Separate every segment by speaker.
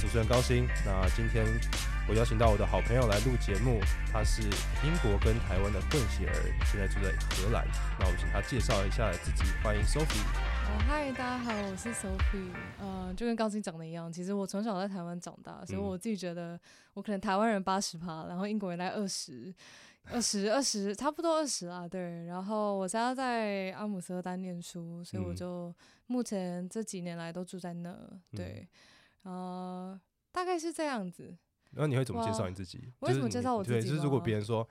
Speaker 1: 持人高鑫。那今天我邀请到我的好朋友来录节目，他是英国跟台湾的混血儿，现在住在荷兰。那我们请他介绍一下自己，欢迎 Sophie。
Speaker 2: 哦，嗨，大家好，我是 Sophie。呃，就跟高鑫讲的一样，其实我从小在台湾长大，所以
Speaker 1: 嗯
Speaker 2: 我自己觉得我可能台湾人八十趴，然后英国人在二十、二十、二十，差不多二十啦。对，然后我现在在阿姆斯特丹念书，所以我
Speaker 1: 嗯
Speaker 2: 就目前这几年来都住在那。对，呃，大概是这样子。
Speaker 1: 那你会怎么介绍
Speaker 2: 哇
Speaker 1: 你自己？
Speaker 2: 我
Speaker 1: 就是
Speaker 2: 会怎么介
Speaker 1: 你
Speaker 2: 绍我
Speaker 1: 对，
Speaker 2: 自己
Speaker 1: 就是如果
Speaker 2: 吗
Speaker 1: 别人说，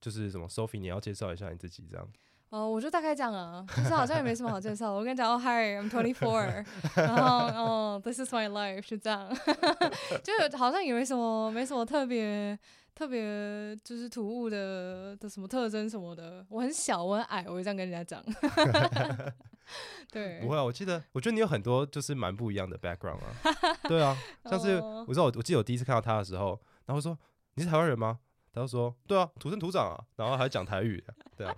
Speaker 1: 就是什么 Sophie，你要介绍一下你自己这样。
Speaker 2: 哦，我就大概这样啊，就是好像也没什么好介绍。我跟你讲，哦，Hi，I'm twenty four，然 后哦，This is my life，就这样， 就好像也没什么，没什么特别特别就是突兀的的什么特征什么的。我很小，我很矮，我就这样跟人家 讲。 对，
Speaker 1: 不会啊，我记得，我觉得你有很多就是蛮不一样的 background 啊。对啊，像是
Speaker 2: 哦
Speaker 1: 我知道我我记得我第一次看到他的时候，然后我说你是台湾人吗？他就说对啊，土生土长啊，然后还讲台语，对啊，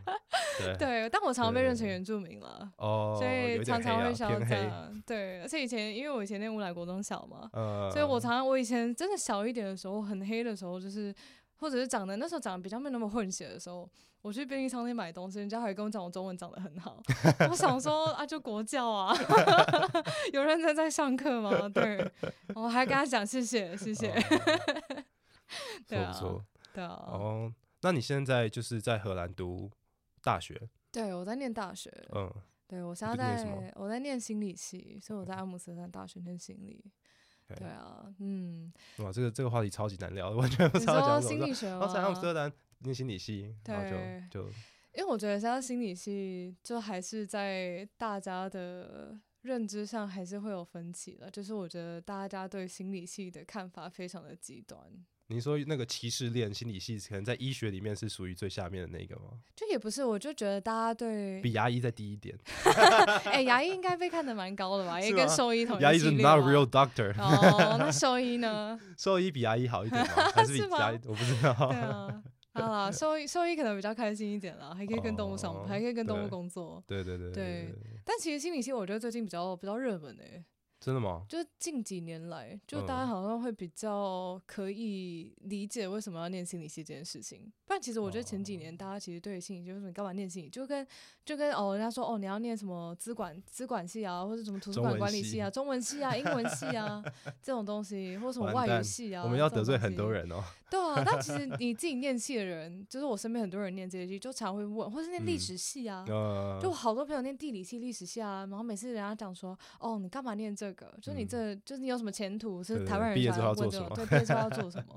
Speaker 1: 对
Speaker 2: 对，但我常常被
Speaker 1: 对
Speaker 2: 认成
Speaker 1: 对
Speaker 2: 原住民了。
Speaker 1: 哦，
Speaker 2: 所以
Speaker 1: 有
Speaker 2: 常
Speaker 1: 点黑
Speaker 2: 常
Speaker 1: 啊，
Speaker 2: 会想要
Speaker 1: 偏
Speaker 2: 这
Speaker 1: 黑，
Speaker 2: 样，对，而且以前因为我以前念乌来国中小嘛，
Speaker 1: 呃，
Speaker 2: 所以我常常我以前真的小一点的时候，很黑的时候，就是或者是长得那时候长得比较没那么混血的时候，我去便利商店买东西，人家还跟我讲我中文讲得很好，我想说啊，就国教啊， 有认真在上课吗？对，我还跟他讲谢谢谢谢，
Speaker 1: 哦
Speaker 2: 对
Speaker 1: 不
Speaker 2: 啊
Speaker 1: 错
Speaker 2: 对啊，
Speaker 1: 哦。那你现在就是在荷兰读大学，
Speaker 2: 对我在念大学，
Speaker 1: 嗯，
Speaker 2: 对我现在
Speaker 1: 你在念什么嗯
Speaker 2: 在我在念心理系，所以我在阿姆斯特丹大学念心理，
Speaker 1: OK
Speaker 2: 对啊， 嗯，
Speaker 1: 哇，这个这个话题超级难聊的，完全不
Speaker 2: 你
Speaker 1: 知道
Speaker 2: 说
Speaker 1: 讲什
Speaker 2: 心
Speaker 1: 么。
Speaker 2: 理学
Speaker 1: 然后在阿姆
Speaker 2: 吗
Speaker 1: 斯特丹念心理系，然后就就
Speaker 2: 因为我觉得现在心理系就还是在大家的认知上还是会有分歧的，就是我觉得大家对心理系的看法非常的极端，
Speaker 1: 您说那个歧视链心理系，可能在医学里面是属于最下面的那个吗？
Speaker 2: 就也不是，我就觉得大家对
Speaker 1: 比牙医再低一点，
Speaker 2: 哎、牙医应该被看得蛮高的 吧，
Speaker 1: 是
Speaker 2: 也
Speaker 1: 吗
Speaker 2: 跟兽医同一
Speaker 1: 牙医
Speaker 2: 系
Speaker 1: 是
Speaker 2: 列
Speaker 1: not
Speaker 2: 吧
Speaker 1: real doctor，
Speaker 2: 哦，那兽医呢？
Speaker 1: 兽医比牙医好一 点吗？还是比
Speaker 2: 是吗
Speaker 1: 牙医？我不知道。
Speaker 2: 对啊，好啦，兽医兽医可能比较开心一点啦，还可以跟动物上，
Speaker 1: 哦
Speaker 2: 还可以跟动
Speaker 1: 对
Speaker 2: 物工作。
Speaker 1: 对对对
Speaker 2: 对但其实心理系我觉得最近比较比较热门欸诶、
Speaker 1: 真的吗？
Speaker 2: 就是近几年来，就
Speaker 1: 嗯
Speaker 2: 大家好像会比较可以理解为什么要念心理系这件事情。不然，其实我觉得前几
Speaker 1: 哦
Speaker 2: 年大家其实对心理系就是你干嘛念心理，就跟就跟哦，人家说哦你要念什么资管资管系啊，或者什么图书
Speaker 1: 中
Speaker 2: 馆
Speaker 1: 文
Speaker 2: 管理
Speaker 1: 系
Speaker 2: 系啊、中文系啊、英文系啊这种东西，或者什么
Speaker 1: 完
Speaker 2: 外
Speaker 1: 蛋
Speaker 2: 语系啊，
Speaker 1: 我们要
Speaker 2: 这种
Speaker 1: 得罪
Speaker 2: 东
Speaker 1: 很多
Speaker 2: 西。
Speaker 1: 人哦。
Speaker 2: 对啊，但其实你自己念系的人，就是我身边很多人念这些系，就常会问，或是念历
Speaker 1: 嗯
Speaker 2: 史系啊，
Speaker 1: 呃
Speaker 2: 就我，好多朋友念地理系、历史系啊，然后每次人家讲说，哦，你干嘛念这个？就是你
Speaker 1: 嗯
Speaker 2: 这，就是你有什么前途？
Speaker 1: 对
Speaker 2: 是
Speaker 1: 对
Speaker 2: 台湾人
Speaker 1: 毕业
Speaker 2: 喜
Speaker 1: 之
Speaker 2: 欢
Speaker 1: 后要
Speaker 2: 问
Speaker 1: 做
Speaker 2: 这
Speaker 1: 什
Speaker 2: 种对，毕业之后要做什 么？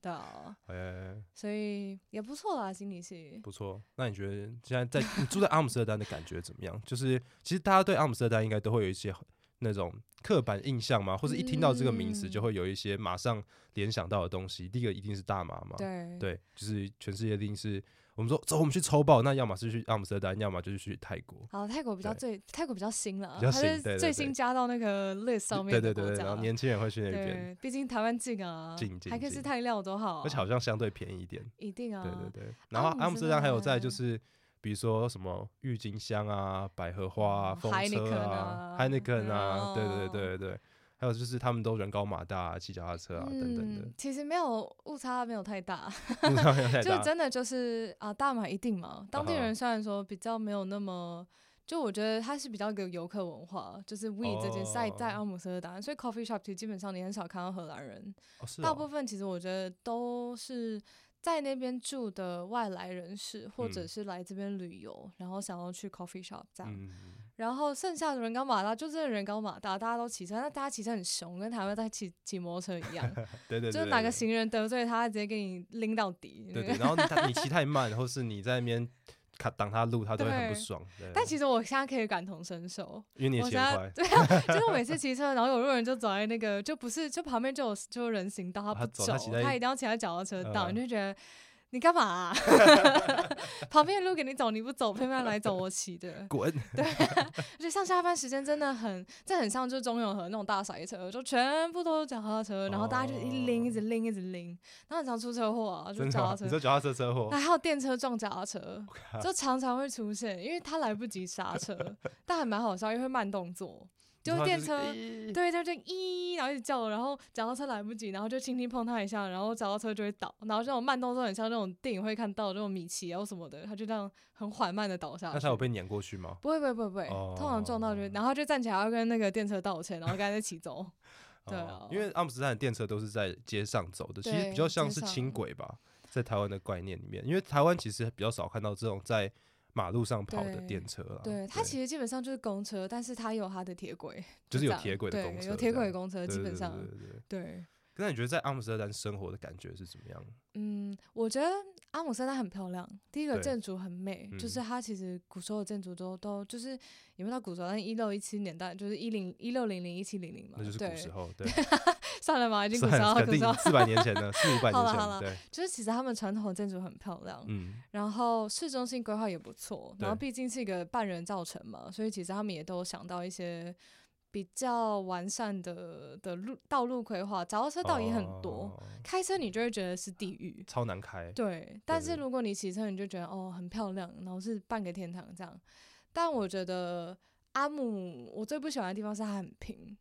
Speaker 2: 对啊，
Speaker 1: 哎，
Speaker 2: 所以也不错啦，心理 系。
Speaker 1: 不错。那你觉得现在在你住在阿姆斯特丹的感觉怎么样？就是其实大家对阿姆斯特丹应该都会有一些那种刻板印象嘛，或者一听到这个名词
Speaker 2: 嗯
Speaker 1: 就会有一些马上联想到的东西。第一个一定是大麻嘛，
Speaker 2: 对
Speaker 1: 对，就是全世界一定是我们说走，我们去抽爆，那要么是去阿姆斯特丹，要么就是去泰国。
Speaker 2: 好，泰国比较
Speaker 1: 对
Speaker 2: 最，泰国比较新了啊，
Speaker 1: 比较
Speaker 2: 它
Speaker 1: 新
Speaker 2: 是
Speaker 1: 对对
Speaker 2: 最
Speaker 1: 对
Speaker 2: 新加到那个 list 上
Speaker 1: 对
Speaker 2: 面
Speaker 1: 对
Speaker 2: 的
Speaker 1: 对
Speaker 2: 国
Speaker 1: 对，
Speaker 2: 家
Speaker 1: 然后
Speaker 2: 了。
Speaker 1: 年轻人会去那边，
Speaker 2: 对，毕竟台湾近啊
Speaker 1: 近，近
Speaker 2: 还可以吃
Speaker 1: 近
Speaker 2: 泰料多好啊，
Speaker 1: 而且好像相对便宜一点。
Speaker 2: 一定啊。
Speaker 1: 对对对，然
Speaker 2: 阿
Speaker 1: 后
Speaker 2: 姆
Speaker 1: 阿姆斯
Speaker 2: 斯
Speaker 1: 特
Speaker 2: 特
Speaker 1: 丹还有在
Speaker 2: 丹
Speaker 1: 就是。比如说什么郁金香啊、百合花啊、
Speaker 2: 嗯
Speaker 1: 风车
Speaker 2: Heineken
Speaker 1: 啊、
Speaker 2: 啊
Speaker 1: Heineken 啊，
Speaker 2: 嗯
Speaker 1: 对对对对对，还有就是他们都人高马大啊、骑脚踏车啊等等的
Speaker 2: 嗯，其实没有误差，没有太大。，
Speaker 1: 路上有太
Speaker 2: 嗯 就
Speaker 1: 大
Speaker 2: 真的就是啊，大马一定嘛，当地
Speaker 1: 啊哈
Speaker 2: 人虽然说比较没有那么。就我觉得它是比较有游客文化，就是 we 这件事在在
Speaker 1: 哦
Speaker 2: 阿姆斯特丹，所以 coffee shop 其实基本上你很少看到荷兰人，
Speaker 1: 哦是
Speaker 2: 大
Speaker 1: 哦
Speaker 2: 部分其实我觉得都是在那边住的外来人士，或者
Speaker 1: 嗯
Speaker 2: 是来这边旅游，然后想要去 coffee shop 这样。
Speaker 1: 嗯，
Speaker 2: 然后剩下的人高马大就真的人高马大，大家都骑车，但大家骑车很凶，跟台湾在骑骑摩托车一样，
Speaker 1: 对对对，
Speaker 2: 就是
Speaker 1: 对
Speaker 2: 哪个
Speaker 1: 对
Speaker 2: 行人得罪他，直接给你拎到底。
Speaker 1: 对对，然后他你骑太慢，或是你在那边卡挡他路，他都会很不
Speaker 2: 对
Speaker 1: 爽。对
Speaker 2: 但其实我现在可以感同身受，
Speaker 1: 因为你也
Speaker 2: 我
Speaker 1: 骑
Speaker 2: 现
Speaker 1: 很
Speaker 2: 在
Speaker 1: 快，
Speaker 2: 对啊，就是我每次骑车，然后有路人就走在那个，就不是就旁边就有就有人行道，
Speaker 1: 他
Speaker 2: 不
Speaker 1: 走
Speaker 2: 走，
Speaker 1: 他
Speaker 2: 他
Speaker 1: 骑在
Speaker 2: 一定要骑在脚踏车道，
Speaker 1: 嗯，
Speaker 2: 你就觉得你干嘛啊、 旁边的路给你走你不走，偏偏来走我骑的
Speaker 1: 滚！
Speaker 2: 而且上下班时间真的很，这很像就是中永和那种大塞车，就全部都是脚踏车，然后大家就一拎一直拎一直拎，然后很常出车祸啊，就
Speaker 1: 哦真的
Speaker 2: 脚
Speaker 1: 吗
Speaker 2: 踏车
Speaker 1: 你说脚踏车车祸
Speaker 2: 啊，，还有电车撞脚踏车， 就常常会出现，因为他来不及刹车，但还蛮好笑，因为会慢动作。就会
Speaker 1: 它
Speaker 2: 电
Speaker 1: 是
Speaker 2: 车，
Speaker 1: 咦
Speaker 2: 对，它就咦，然后一直叫，然后脚踏车来不及，然后就轻轻碰它一下，然后脚踏车就会倒，然后这种慢动作很像那种电影会看到的那种米奇然啊后什么的，它就这样很缓慢的倒下
Speaker 1: 那
Speaker 2: 去
Speaker 1: 它。有被碾过去吗？
Speaker 2: 不会不会不会不会，通常撞到就，然后它就站起来要跟那个电车道歉，然后跟他一起走。对
Speaker 1: 哦
Speaker 2: 啊
Speaker 1: 因为阿姆斯特丹的电车都是在街上走的，其实比
Speaker 2: 对
Speaker 1: 较像
Speaker 2: 街
Speaker 1: 是
Speaker 2: 上
Speaker 1: 轻轨吧，在台湾的概念里面，因为台湾其实比较少看到这种在马路上跑的
Speaker 2: 对
Speaker 1: 电车啦。
Speaker 2: 对，它其实基本上就是公车，但是它有它的铁轨，
Speaker 1: 就是有
Speaker 2: 这样
Speaker 1: 铁轨的
Speaker 2: 对
Speaker 1: 公车
Speaker 2: 有铁
Speaker 1: 这样
Speaker 2: 轨公
Speaker 1: 对
Speaker 2: 车，基
Speaker 1: 对
Speaker 2: 本
Speaker 1: 对
Speaker 2: 上
Speaker 1: 对对对
Speaker 2: 对。
Speaker 1: 那你觉得在阿姆斯特丹生活的感觉是怎么样？
Speaker 2: 嗯，我觉得阿姆斯特丹很漂亮。第一个
Speaker 1: 对嗯
Speaker 2: 建筑很美，就是它其实古时候的建筑都都就是也不知道古时候，但一六一七年代就是一零一六零零一七零零嘛，
Speaker 1: 那就是古
Speaker 2: 对，
Speaker 1: 时候，对，
Speaker 2: 算了 吧，已经古
Speaker 1: 是
Speaker 2: 时候
Speaker 1: 肯
Speaker 2: 古时候
Speaker 1: 定，四百年前的，四五百
Speaker 2: 好
Speaker 1: 年
Speaker 2: 了好
Speaker 1: 前，
Speaker 2: 了
Speaker 1: 对，
Speaker 2: 就是其实他们传统的建筑很漂亮，
Speaker 1: 嗯，
Speaker 2: 然后市中心规划也不错，然后
Speaker 1: 对
Speaker 2: 毕竟是一个半人造城嘛，所以其实他们也都想到一些比较完善的的路道路规划，脚踏车道也很多，
Speaker 1: 哦
Speaker 2: 开车你就会觉得是地狱。
Speaker 1: 超难开，
Speaker 2: 对，但
Speaker 1: 对
Speaker 2: 是如果你骑车，你就觉得哦很漂亮，然后是半个天堂这样。但我觉得阿姆我最不喜欢的地方是它很平，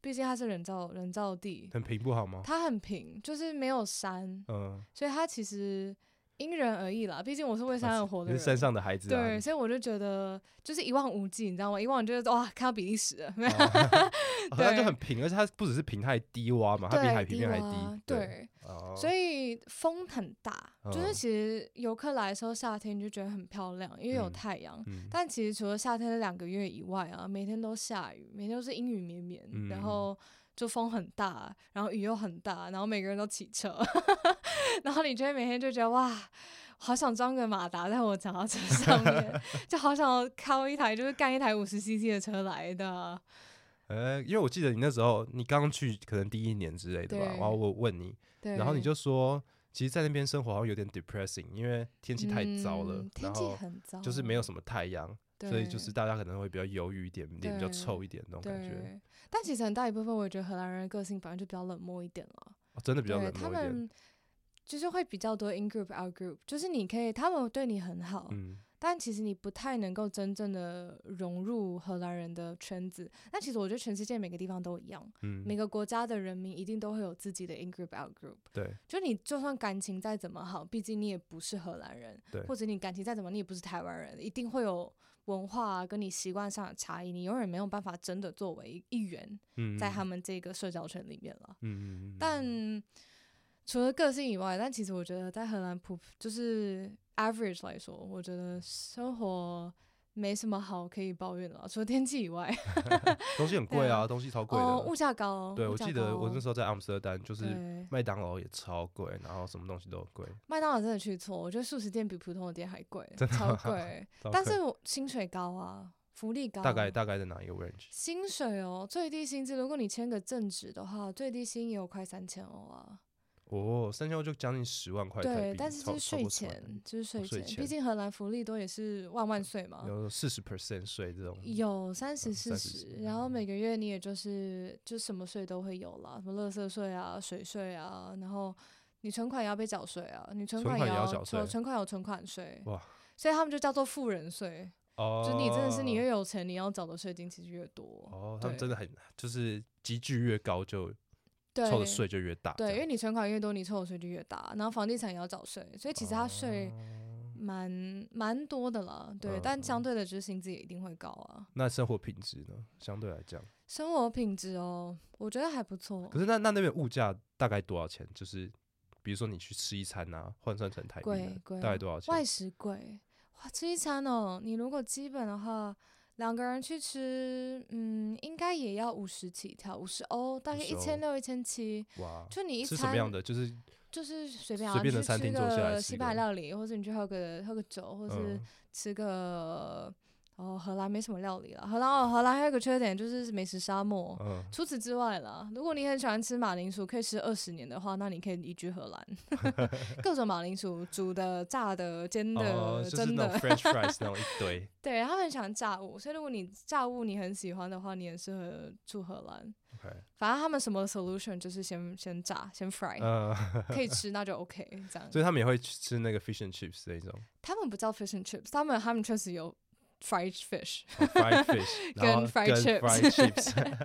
Speaker 2: 毕竟它是人造人造地，
Speaker 1: 很平不好吗？
Speaker 2: 它很平，就是没有山，
Speaker 1: 嗯，
Speaker 2: 所以它其实因人而异啦。毕竟我是为山
Speaker 1: 啊
Speaker 2: 而活
Speaker 1: 你
Speaker 2: 的
Speaker 1: 是
Speaker 2: 人，
Speaker 1: 山上的孩子啊，
Speaker 2: 对，
Speaker 1: 你
Speaker 2: 所以我就觉得就是一望无际，你知道吗？一望你就觉得哇，看到比利时了， 没有
Speaker 1: 哦 好像就
Speaker 2: 对
Speaker 1: 很平，而且它不只是平，它还低洼嘛，它比
Speaker 2: 对
Speaker 1: 海平面还
Speaker 2: 洼
Speaker 1: 低。
Speaker 2: 对，
Speaker 1: 哦，
Speaker 2: 所以风很大，就是
Speaker 1: 嗯
Speaker 2: 其实游客来的时候，夏天你就觉得很漂亮，因为有
Speaker 1: 嗯
Speaker 2: 太阳。
Speaker 1: 嗯，
Speaker 2: 但其实除了夏天的两个月以外啊，每天都下雨，每天都是阴雨绵绵，
Speaker 1: 嗯
Speaker 2: 然后就风很大，然后雨又很大，然后每个人都骑车， 然后你就会每天就觉得哇，好想装个马达在我脚踏车上 面，就好想要开一台就是干一台五十 CC 的车来的。
Speaker 1: 呃，因为我记得你那时候你刚去可能第一年之类的吧，
Speaker 2: 对
Speaker 1: 然后我问你，
Speaker 2: 对，
Speaker 1: 然后你就说，其实，在那边生活好像有点 depressing，因为天气太糟了，
Speaker 2: 嗯天
Speaker 1: 然
Speaker 2: 气
Speaker 1: 后
Speaker 2: 很糟，
Speaker 1: 就是没有什么太阳，
Speaker 2: 对，
Speaker 1: 所以就是大家可能会比较忧郁一点，脸比较
Speaker 2: 对
Speaker 1: 臭一点那种感觉，
Speaker 2: 对。但其实很大一部分，我也觉得荷兰人的个性本来就比较冷漠一点了。
Speaker 1: 哦真的比较
Speaker 2: 对
Speaker 1: 冷
Speaker 2: 他
Speaker 1: 漠一点。
Speaker 2: 们就是会比较多 in group out group，就是你可以他们对你很好，
Speaker 1: 嗯，
Speaker 2: 但其实你不太能够真正的融入荷兰人的圈子。但其实我觉得全世界每个地方都一样，每
Speaker 1: 嗯，
Speaker 2: 个国家的人民一定都会有自己的 in group out group。
Speaker 1: 对，
Speaker 2: 就你就算感情再怎么好，毕竟你也不是荷兰人
Speaker 1: 对，
Speaker 2: 或者你感情再怎么你也不是台湾人，一定会有文化啊跟你习惯上的差异，你永远没有办法真的作为一员
Speaker 1: 嗯，
Speaker 2: 在他
Speaker 1: 们，
Speaker 2: 们这个社交圈里面了。
Speaker 1: 嗯，嗯嗯
Speaker 2: 但除了个性以外，但其实我觉得在荷兰普就是 average 来说，我觉得生活没什么好可以抱怨的啦，除了天气以外。
Speaker 1: 东西很贵
Speaker 2: 对啊
Speaker 1: 啊，东西超贵
Speaker 2: 哦，物
Speaker 1: 的。
Speaker 2: 价高。
Speaker 1: 对，
Speaker 2: 物
Speaker 1: 我
Speaker 2: 价
Speaker 1: 记得我
Speaker 2: 高
Speaker 1: 那时候在阿姆斯特丹，就是
Speaker 2: 对
Speaker 1: 麦当劳也超贵，然后什么东西都很贵。
Speaker 2: 麦当劳真的去错，我觉得素食店比普通的店还贵，超 贵。
Speaker 1: 超
Speaker 2: 但
Speaker 1: 贵
Speaker 2: 是我薪水高啊，福利高啊、
Speaker 1: 大概大概在哪一个 range？
Speaker 2: 薪水哦，最低薪资，如果你签个正职的话，最低薪也有快三千欧啊。
Speaker 1: 哦，三千欧就将近十万块台币，
Speaker 2: 对，但是
Speaker 1: 超
Speaker 2: 这是
Speaker 1: 超
Speaker 2: 税
Speaker 1: 过10万台
Speaker 2: 前嗯
Speaker 1: 币，
Speaker 2: 这是税
Speaker 1: 税
Speaker 2: 前，
Speaker 1: 哦前
Speaker 2: 毕竟荷兰福利多也是万万岁嘛。
Speaker 1: 有四十 percent 税这种。
Speaker 2: 有三十
Speaker 1: 嗯
Speaker 2: 四
Speaker 1: 40
Speaker 2: 十，然后
Speaker 1: 嗯
Speaker 2: 每个月你也就是就什么税都会有啦，什么垃圾税啊、水税啊，然后你存款也要被缴税啊，你存
Speaker 1: 存
Speaker 2: 款
Speaker 1: 款也要
Speaker 2: 要
Speaker 1: 缴税
Speaker 2: 存存款有存款税，
Speaker 1: 哇，
Speaker 2: 所以他们就叫做富人税，
Speaker 1: 哦，
Speaker 2: 就你真的是你越有钱，你要缴的税金其实越多，
Speaker 1: 哦，他们真的很就是积聚越高就
Speaker 2: 对
Speaker 1: 抽的税就越大这
Speaker 2: 对，因为
Speaker 1: 样。
Speaker 2: 你存款越多，你抽的税就越大，然后房地产也要缴税，所以其实它税
Speaker 1: 哦
Speaker 2: 蛮蛮多的啦，对，
Speaker 1: 嗯
Speaker 2: 但
Speaker 1: 嗯
Speaker 2: 相对的，就是薪资也一定会高啊，
Speaker 1: 那生活品质呢，相对来讲，
Speaker 2: 生活品质哦，我觉得还不错
Speaker 1: 可。是那那那边物价大概多少钱？就是比如说你去吃一餐啊，换算成台币
Speaker 2: 贵
Speaker 1: 呢
Speaker 2: 贵
Speaker 1: 大概
Speaker 2: 啊
Speaker 1: 多少
Speaker 2: 外
Speaker 1: 钱？
Speaker 2: 食贵，哇，吃一餐哦，你如果基本的话，两个人去吃，嗯，应该也要五十起跳，五十欧，大概一
Speaker 1: 50
Speaker 2: 千六、一千七。
Speaker 1: 哇，
Speaker 2: 就你一
Speaker 1: 吃什么样
Speaker 2: 餐
Speaker 1: 的？就是
Speaker 2: 就是随便
Speaker 1: 随
Speaker 2: 啊，
Speaker 1: 便
Speaker 2: 你
Speaker 1: 的
Speaker 2: 去
Speaker 1: 餐
Speaker 2: 吃
Speaker 1: 厅坐下来
Speaker 2: 个
Speaker 1: 吃
Speaker 2: 西
Speaker 1: 一
Speaker 2: 班牙
Speaker 1: 个
Speaker 2: 料理，或者你去喝个喝个酒，或是
Speaker 1: 嗯
Speaker 2: 吃个、哦荷兰没什么料理了。荷兰哦荷兰还有一个缺点就是美食沙漠。
Speaker 1: 嗯，
Speaker 2: 除此之外啦，如果你很喜欢吃马铃薯，可以吃二十年的话，那你可以移居荷兰， 各种马铃薯，煮的、炸的、煎的、
Speaker 1: 哦，就是
Speaker 2: 真
Speaker 1: 那
Speaker 2: 的
Speaker 1: 种。French fries 那种一 堆。
Speaker 2: 对，他们很喜欢炸物，所以如果你炸物你很喜欢的话，你很适合住荷兰。
Speaker 1: OK，
Speaker 2: 反正他们什么 solution 就是先先炸， 先 fry，、
Speaker 1: 嗯，
Speaker 2: 可以吃那就 OK 这样。
Speaker 1: 所以他们也会去吃那个 fish and chips 那一种。
Speaker 2: 他们不叫 fish and chips，他们他们确实有 fried fish，
Speaker 1: 哦 fried fish，然 后
Speaker 2: 跟 fried
Speaker 1: fried chips，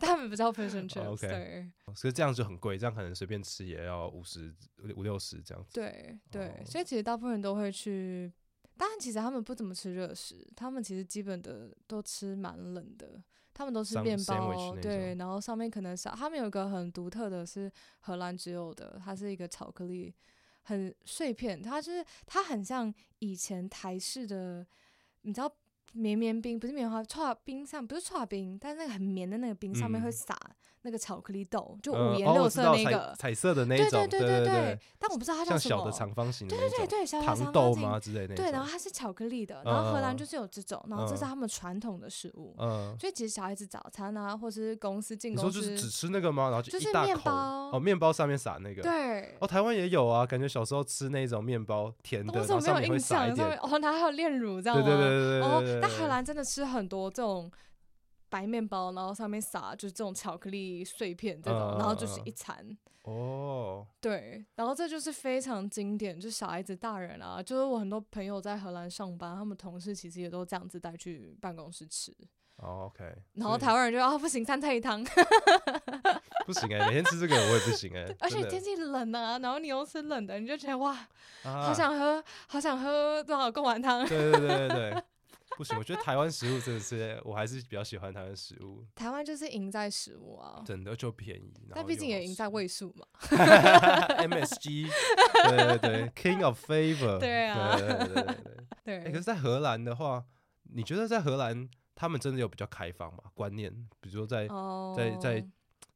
Speaker 2: 他们不叫 fish and chips，、
Speaker 1: 哦 OK
Speaker 2: 对
Speaker 1: 所以这样就很贵，这样可能随便吃也要五十五六十这样子。
Speaker 2: 对对、
Speaker 1: 哦
Speaker 2: 所以其实大部分人都会去，当然其实他们不怎么吃热食，他们其实基本的都吃蛮冷的，他们都吃
Speaker 1: Sam-
Speaker 2: 面
Speaker 1: sandwich
Speaker 2: 包，
Speaker 1: 那
Speaker 2: 对，
Speaker 1: 种
Speaker 2: 然后上面可能撒，他们有一个很独特的是荷兰只有的，它是一个巧克力，很碎片，它就是它很像以前台式的，你知道。绵绵冰不是棉花，串冰上不是串冰，但是那个很绵的那个冰上面会
Speaker 1: 嗯
Speaker 2: 撒那个巧克力豆，就
Speaker 1: 呃
Speaker 2: 五颜
Speaker 1: 哦
Speaker 2: 六
Speaker 1: 我知
Speaker 2: 色
Speaker 1: 道
Speaker 2: 那个
Speaker 1: 彩，彩色的那
Speaker 2: 对
Speaker 1: 种，
Speaker 2: 对
Speaker 1: 对
Speaker 2: 对，但我不知道它叫
Speaker 1: 像
Speaker 2: 什么。
Speaker 1: 小的长方形的
Speaker 2: 对
Speaker 1: 那
Speaker 2: 对
Speaker 1: 种，
Speaker 2: 对对，小小
Speaker 1: 糖
Speaker 2: 长
Speaker 1: 豆
Speaker 2: 方形
Speaker 1: 吗之类的那种？
Speaker 2: 对，然后它是巧克力的，然后荷
Speaker 1: 嗯嗯
Speaker 2: 兰
Speaker 1: 嗯
Speaker 2: 就是有这种，然后这是
Speaker 1: 嗯
Speaker 2: 他们传统的食物。
Speaker 1: 嗯，
Speaker 2: 所以其实小孩子早餐啊，或是公司进
Speaker 1: 你说
Speaker 2: 公
Speaker 1: 就是只
Speaker 2: 司，
Speaker 1: 吃那个吗？然后
Speaker 2: 就
Speaker 1: 一
Speaker 2: 是
Speaker 1: 大
Speaker 2: 面
Speaker 1: 口
Speaker 2: 包
Speaker 1: 哦，面包上面撒那个。
Speaker 2: 对，
Speaker 1: 哦，台湾也有啊，感觉小时候吃那种面包甜的，
Speaker 2: 哦
Speaker 1: 然
Speaker 2: 我怎
Speaker 1: 后
Speaker 2: 么没有
Speaker 1: 上面会
Speaker 2: 印
Speaker 1: 撒一
Speaker 2: 象？
Speaker 1: 点
Speaker 2: 上面。哦，哪还有炼 乳这样
Speaker 1: 对
Speaker 2: 吗？
Speaker 1: 对对对对
Speaker 2: 哦，
Speaker 1: 对
Speaker 2: 但荷兰真的吃很多这种白面包，然后上面撒就是这种巧克力碎片这
Speaker 1: 嗯
Speaker 2: 种，然后
Speaker 1: 嗯
Speaker 2: 就是
Speaker 1: 嗯
Speaker 2: 一餐。
Speaker 1: 哦，
Speaker 2: 对，然后这就是非常经典，就小孩子、大人啊，就是我很多朋友在荷兰上班，他们同事其实也都这样子带去办公室吃，
Speaker 1: 哦，OK。
Speaker 2: 然后台湾人就啊不行，三菜一汤，
Speaker 1: 不行哎、每天吃这个我也不行哎、
Speaker 2: 而
Speaker 1: 真
Speaker 2: 且
Speaker 1: 的
Speaker 2: 天气冷啊，然后你又吃冷的，你就觉得哇，好
Speaker 1: 啊，
Speaker 2: 想喝，好想喝多少贡丸汤。
Speaker 1: 对对对对对，不行，我觉得台湾食物真的是，我还是比较喜欢台湾食物，
Speaker 2: 台湾就是赢在食物啊，
Speaker 1: 真的就便宜，然
Speaker 2: 但
Speaker 1: 后
Speaker 2: 毕
Speaker 1: 又
Speaker 2: 竟
Speaker 1: 好
Speaker 2: 也赢
Speaker 1: 吃
Speaker 2: 在位数嘛。
Speaker 1: MSG，对对对，King of Favor，
Speaker 2: 对啊
Speaker 1: 对对对对 对。
Speaker 2: 对，
Speaker 1: 哎、可是，在荷兰的话，你觉得在荷兰他们真的有比较开放吗？观念，比如说在、
Speaker 2: 哦，
Speaker 1: 在在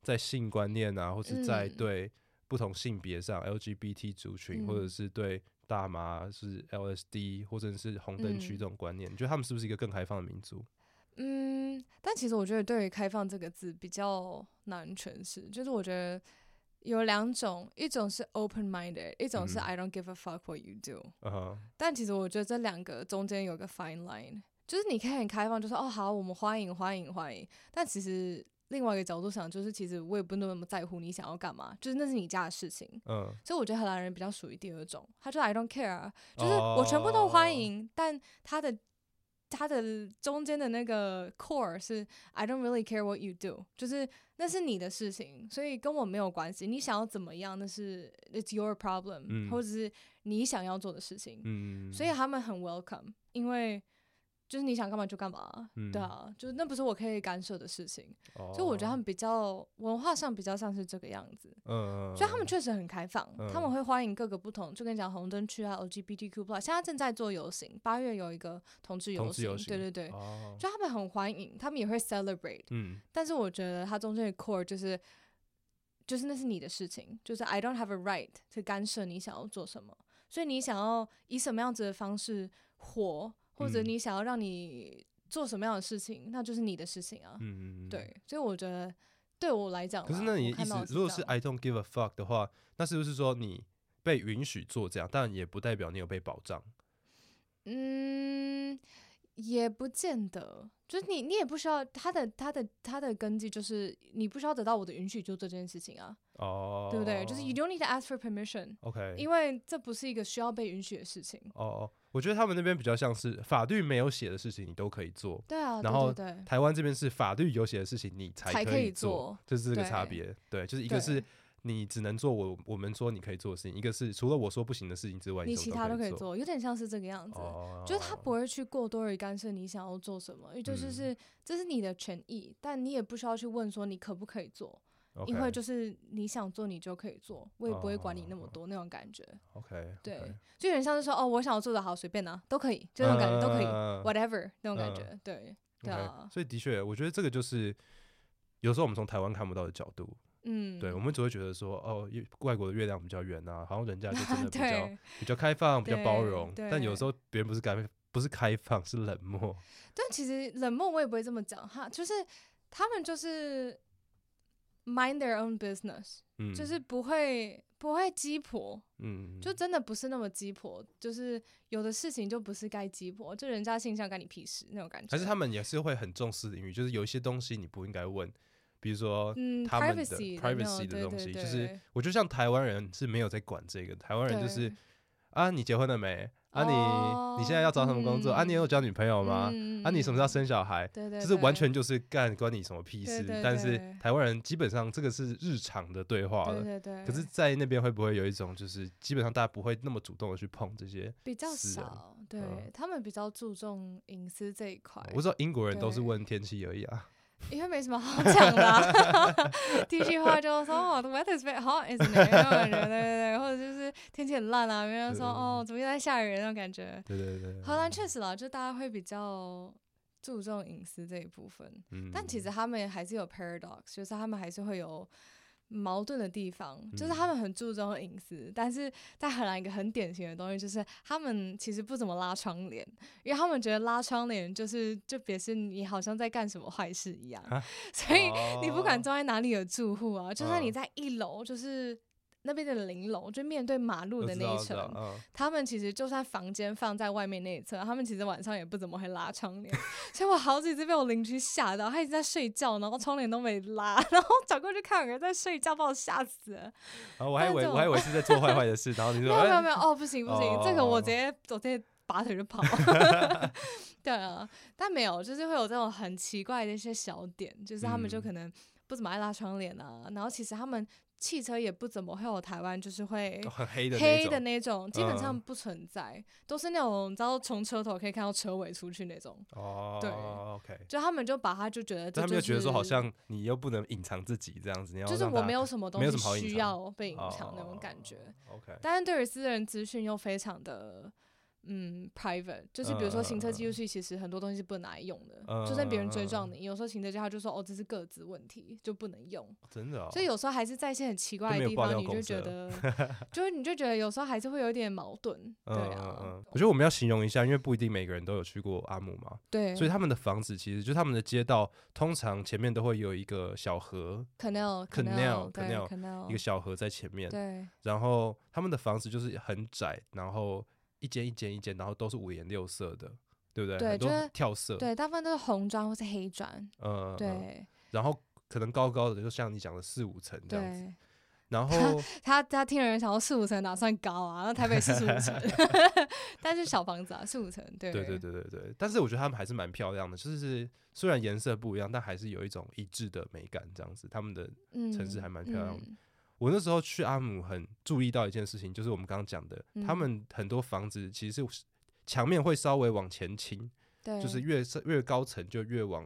Speaker 1: 在性观念啊，或是在
Speaker 2: 嗯
Speaker 1: 对不同性别上 LGBT 族群，或者
Speaker 2: 嗯
Speaker 1: 是对大麻是 LSD 或者是红灯区
Speaker 2: 嗯
Speaker 1: 这种观念，你觉得他们是不是一个更开放的民族？
Speaker 2: 嗯，但其实我觉得对于“开放”这个字比较难诠释，就是我觉得有两种，一种是 open minded，一种是
Speaker 1: 嗯
Speaker 2: I don't give a fuck what you do。
Speaker 1: 嗯哼，
Speaker 2: 但其实我觉得这两个中间有个 fine line，就是你可以很开放，就说哦好，我们欢迎欢迎欢迎，但其实。另外一个角度想，就是其实我也不那么在乎你想要干嘛，就是那是你家的事情。
Speaker 1: 嗯，
Speaker 2: 所以我觉得荷兰人比较属于第二种，他就 I don't care，啊就是我全部都
Speaker 1: 哦
Speaker 2: 欢迎，但他的他的中间的那个 core 是 I don't really care what you do，就是那是你的事情，所以跟我没有关系。你想要怎么样，那是 it's your problem，、
Speaker 1: 嗯
Speaker 2: 或者是你想要做的事情，
Speaker 1: 嗯，
Speaker 2: 所以他们很 welcome，因为就是你想干嘛就干嘛，对
Speaker 1: 嗯
Speaker 2: 啊，就是那不是我可以干涉的事情，
Speaker 1: 哦，
Speaker 2: 所以我觉得他们比较文化上比较像是这个样子。
Speaker 1: 嗯，嗯，
Speaker 2: 所以他们
Speaker 1: 嗯
Speaker 2: 确实很开放，他们
Speaker 1: 嗯
Speaker 2: 会欢迎各个不同，就跟你讲红灯区啊、LGBTQ+，现在正在做游行，八月有一个同志游
Speaker 1: 同志
Speaker 2: 行，
Speaker 1: 游
Speaker 2: 对
Speaker 1: 行
Speaker 2: 对对，
Speaker 1: 哦，
Speaker 2: 就他们很欢迎，他们也会 celebrate，
Speaker 1: 嗯，
Speaker 2: 但是我觉得它中间的 core 就是，就是那是你的事情，就是 I don't have a right to 干涉你想要做什么，所以你想要以什么样子的方式活，或者
Speaker 1: 嗯
Speaker 2: 你想要让你做什么样的事情，那就是你的事情啊，
Speaker 1: 嗯，嗯。嗯
Speaker 2: 对，所以我觉得对我来讲啦，
Speaker 1: 可是那
Speaker 2: 我
Speaker 1: 你的
Speaker 2: 看
Speaker 1: 意
Speaker 2: 到
Speaker 1: 思，如果
Speaker 2: 这
Speaker 1: 是
Speaker 2: 样
Speaker 1: I don't give a fuck 的话，那是不是说你被允许做这样，但也不代表你有被保障？
Speaker 2: 嗯，也不见得，就是你你也不需要他的他的他的根基就是你不需要得到我的允许就做这件事情啊，
Speaker 1: 哦，
Speaker 2: 对不对？就是 you don't need to ask for permission，
Speaker 1: OK，
Speaker 2: 因为这不是一个需要被允许的事情。
Speaker 1: 哦哦，我觉得他们那边比较像是法律没有写的事情你都可以做，
Speaker 2: 对啊，
Speaker 1: 然
Speaker 2: 对
Speaker 1: 后
Speaker 2: 对对，
Speaker 1: 台湾这边是法律有写的事情你
Speaker 2: 才
Speaker 1: 可
Speaker 2: 可
Speaker 1: 以
Speaker 2: 以做
Speaker 1: 就是这个差
Speaker 2: 对
Speaker 1: 别。对，就是一个是
Speaker 2: 对
Speaker 1: 你只能做我我们说你可以做的事情，一个是除了我说不行的事情之外，
Speaker 2: 你其他都可以
Speaker 1: 做。
Speaker 2: 做，有点像是这个样子。
Speaker 1: 哦，
Speaker 2: 就是他不会去过多的干涉你想要做什么，也就是
Speaker 1: 嗯
Speaker 2: 是这是你的权益，但你也不需要去问说你可不可以做，
Speaker 1: OK，
Speaker 2: 因为就是你想做你就可以做，我也不会管你那
Speaker 1: 哦
Speaker 2: 么
Speaker 1: 哦
Speaker 2: 多那种感觉。
Speaker 1: OK，
Speaker 2: 对
Speaker 1: OK，
Speaker 2: 就有点像是说哦，我想要做的好，随便拿、都可以，就那种感觉、都可以
Speaker 1: 嗯
Speaker 2: ，whatever 那种感
Speaker 1: 嗯
Speaker 2: 觉，对
Speaker 1: OK，
Speaker 2: 对啊，
Speaker 1: 所以的确，我觉得这个就是有时候我们从台湾看不到的角度，
Speaker 2: 嗯，
Speaker 1: 对我们只会觉得说，哦，月外国的月亮比较圆啊，好像人家就真的比较
Speaker 2: 对
Speaker 1: 比较开放，比较包
Speaker 2: 对
Speaker 1: 容，但有
Speaker 2: 对
Speaker 1: 时候别人不是开不是开放，是冷漠。
Speaker 2: 但其实冷漠我也不会这么讲哈，就是他们就是 mind their own business，、
Speaker 1: 嗯，
Speaker 2: 就是不会不会鸡婆，
Speaker 1: 嗯，
Speaker 2: 就真的不是那么鸡婆，就是有的事情就不是该鸡婆，就人家性向干你屁事那种感觉。
Speaker 1: 还是他们也是会很重视领域，就是有一些东西你不应该问，比如说。
Speaker 2: 嗯
Speaker 1: 他们的
Speaker 2: ，privacy 那种
Speaker 1: privacy 的
Speaker 2: 对
Speaker 1: 东
Speaker 2: 对
Speaker 1: 西，就
Speaker 2: 对
Speaker 1: 是我觉得像台湾人是没有在管这个，台湾人就是
Speaker 2: 对
Speaker 1: 啊，你结婚了没？啊你，
Speaker 2: 哦
Speaker 1: 你现在要找什么工作？啊，你有交女朋友吗？
Speaker 2: 嗯
Speaker 1: 啊，你什么时候要？生小孩？
Speaker 2: 对对，
Speaker 1: 就是完
Speaker 2: 对
Speaker 1: 全就是干关你什么屁
Speaker 2: 对
Speaker 1: 事
Speaker 2: 对，
Speaker 1: 但是
Speaker 2: 对
Speaker 1: 台湾人基本上这个是日常的对话
Speaker 2: 对
Speaker 1: 了。
Speaker 2: 对对，
Speaker 1: 可是，在那边会不会有一种，就是基本上大家不会那么主动的去碰这些？
Speaker 2: 比较
Speaker 1: 私人嗯
Speaker 2: 少，对他们比较注重隐私这一块，
Speaker 1: 我知道英国人都是
Speaker 2: 对
Speaker 1: 问天气而已啊。
Speaker 2: 因为没什么好讲的啊、 第一句话就说哦，the weather's very hot isn't it？那种感觉，对对对，或者就是天气很烂啊，别人说
Speaker 1: 对嗯
Speaker 2: 哦，怎么又在下雨那种感觉。
Speaker 1: 对对对，
Speaker 2: 荷兰确实啦，就大家会比较注重隐私这一部分，
Speaker 1: 嗯
Speaker 2: 但其实他们还是有 paradox，就是他们还是会有。矛盾的地方就
Speaker 1: 嗯
Speaker 2: 是他们很注重隐私，但是在荷兰一个很典型的东西就是他们其实不怎么拉窗帘，因为他们觉得拉窗帘就是就别是你好像在干什么坏事一样，
Speaker 1: 啊
Speaker 2: 所以你不管
Speaker 1: 哦
Speaker 2: 住在哪里有住户啊，就算你
Speaker 1: 嗯
Speaker 2: 在一楼，就是那边的零楼，就面对马路
Speaker 1: 我
Speaker 2: 的
Speaker 1: 知
Speaker 2: 那
Speaker 1: 道
Speaker 2: 一
Speaker 1: 我知道
Speaker 2: 层，
Speaker 1: 嗯
Speaker 2: 他们其实就算房间放在外面那一侧，他们其实晚上也不怎么会拉窗帘。 所以我好几次被我邻居吓到，他一直在睡觉，然后窗帘都没拉， 然后转过去看有人在睡觉，把我吓死了。
Speaker 1: 啊，我还以
Speaker 2: 但
Speaker 1: 为
Speaker 2: 这
Speaker 1: 我还以
Speaker 2: 种
Speaker 1: 为是在做坏坏的事，然后你
Speaker 2: 没
Speaker 1: 说
Speaker 2: 有没有
Speaker 1: 哎
Speaker 2: 没有，哦，不行不行，这个我直
Speaker 1: 哦
Speaker 2: 接我直接拔腿就跑。 对啊，但没有，就是会有这种很奇怪的一些小点，就是他们就
Speaker 1: 嗯
Speaker 2: 可能不怎么爱拉窗帘啊，然后其实他们汽车也不怎么会有台湾就是会
Speaker 1: 哦很黑的
Speaker 2: 黑
Speaker 1: 那
Speaker 2: 的
Speaker 1: 种，
Speaker 2: 那种，基本上
Speaker 1: 嗯
Speaker 2: 不存在，都是那种你知道从车头可以看到车尾出去那种，
Speaker 1: 哦，
Speaker 2: 对
Speaker 1: ，OK。
Speaker 2: 就他们就把它就觉得这
Speaker 1: 但他们又
Speaker 2: 就
Speaker 1: 觉得说，好
Speaker 2: 是
Speaker 1: 像你又不能隐藏自己这样子，你要
Speaker 2: 就是
Speaker 1: 让
Speaker 2: 我
Speaker 1: 大
Speaker 2: 没
Speaker 1: 家
Speaker 2: 有什么东
Speaker 1: 没有
Speaker 2: 西
Speaker 1: 什么好隐
Speaker 2: 需
Speaker 1: 藏
Speaker 2: 要被隐
Speaker 1: 哦
Speaker 2: 藏那种感觉。
Speaker 1: OK，
Speaker 2: 但是对于私人资讯又非常的嗯 private，就是比如说行车
Speaker 1: 嗯
Speaker 2: 记录器，其实很多东西是不能拿来用的，就算别人追撞你，有时候行车记录器他就说哦这是个子问题就不能用，
Speaker 1: 真的哦，
Speaker 2: 所以有时候还是在一些很奇怪
Speaker 1: 没
Speaker 2: 的
Speaker 1: 有
Speaker 2: 地
Speaker 1: 爆
Speaker 2: 方，
Speaker 1: 料
Speaker 2: 你就
Speaker 1: 公
Speaker 2: 觉
Speaker 1: 社
Speaker 2: 得 就是你就觉得有时候还是会有一点矛盾，
Speaker 1: 嗯
Speaker 2: 对啊，
Speaker 1: 我觉得我们要形容一下，因为不一定每个人都有去过阿姆嘛，
Speaker 2: 对，
Speaker 1: 所以他们的房子其实就他们的街道，通常前面都会有一个小河，
Speaker 2: canal
Speaker 1: canal-
Speaker 2: canal 对
Speaker 1: canal，一个
Speaker 2: canal
Speaker 1: 小河在前面，
Speaker 2: 哦对
Speaker 1: 然后他们的房子就是很窄，然后一间一间一间，然后都是五颜六色的，对不对？
Speaker 2: 对
Speaker 1: 很
Speaker 2: 就是
Speaker 1: 多跳色，
Speaker 2: 对，大部分都是红砖或是黑砖，
Speaker 1: 嗯，嗯，嗯
Speaker 2: 对
Speaker 1: 然后可能高高的，就像你讲的四五层这样子，
Speaker 2: 对。
Speaker 1: 然后
Speaker 2: 他他听人想说四五层哪算高啊？那台北四十五 层， 但是小房子啊，四五层，对
Speaker 1: 对对对对对，但是我觉得他们还是蛮漂亮的，就是虽然颜色不一样，但还是有一种一致的美感这样子。他们的
Speaker 2: 嗯，
Speaker 1: 城市还蛮漂亮的
Speaker 2: 嗯
Speaker 1: 我那时候去阿姆很注意到一件事情，就是我们刚刚讲的，他
Speaker 2: 嗯
Speaker 1: 们很多房子其实是墙面会稍微往前倾，
Speaker 2: 对，
Speaker 1: 就是越上越高层就越往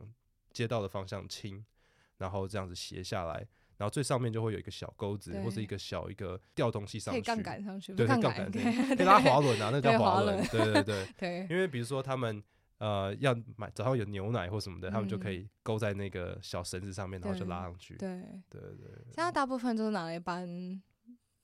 Speaker 1: 街道的方向倾，然后这样子斜下来，然后最上面就会有一个小钩子或是一
Speaker 2: 对
Speaker 1: 个小一个吊东西上
Speaker 2: 可
Speaker 1: 去，
Speaker 2: 以杠杆上去吗，
Speaker 1: 对，可以
Speaker 2: 杠
Speaker 1: 杠杆，
Speaker 2: 对
Speaker 1: 对可以
Speaker 2: 对
Speaker 1: 拉滑轮啊，那个
Speaker 2: 对
Speaker 1: 叫
Speaker 2: 滑
Speaker 1: 滑
Speaker 2: 轮
Speaker 1: 轮，对对对。
Speaker 2: 对
Speaker 1: 因为比如说他们呃要买早上有牛奶或什么的，他们就可
Speaker 2: 嗯
Speaker 1: 以勾在那个小绳子上面，然后就拉
Speaker 2: 对
Speaker 1: 上去。
Speaker 2: 对，
Speaker 1: 对对对，
Speaker 2: 现在大部分都是拿来搬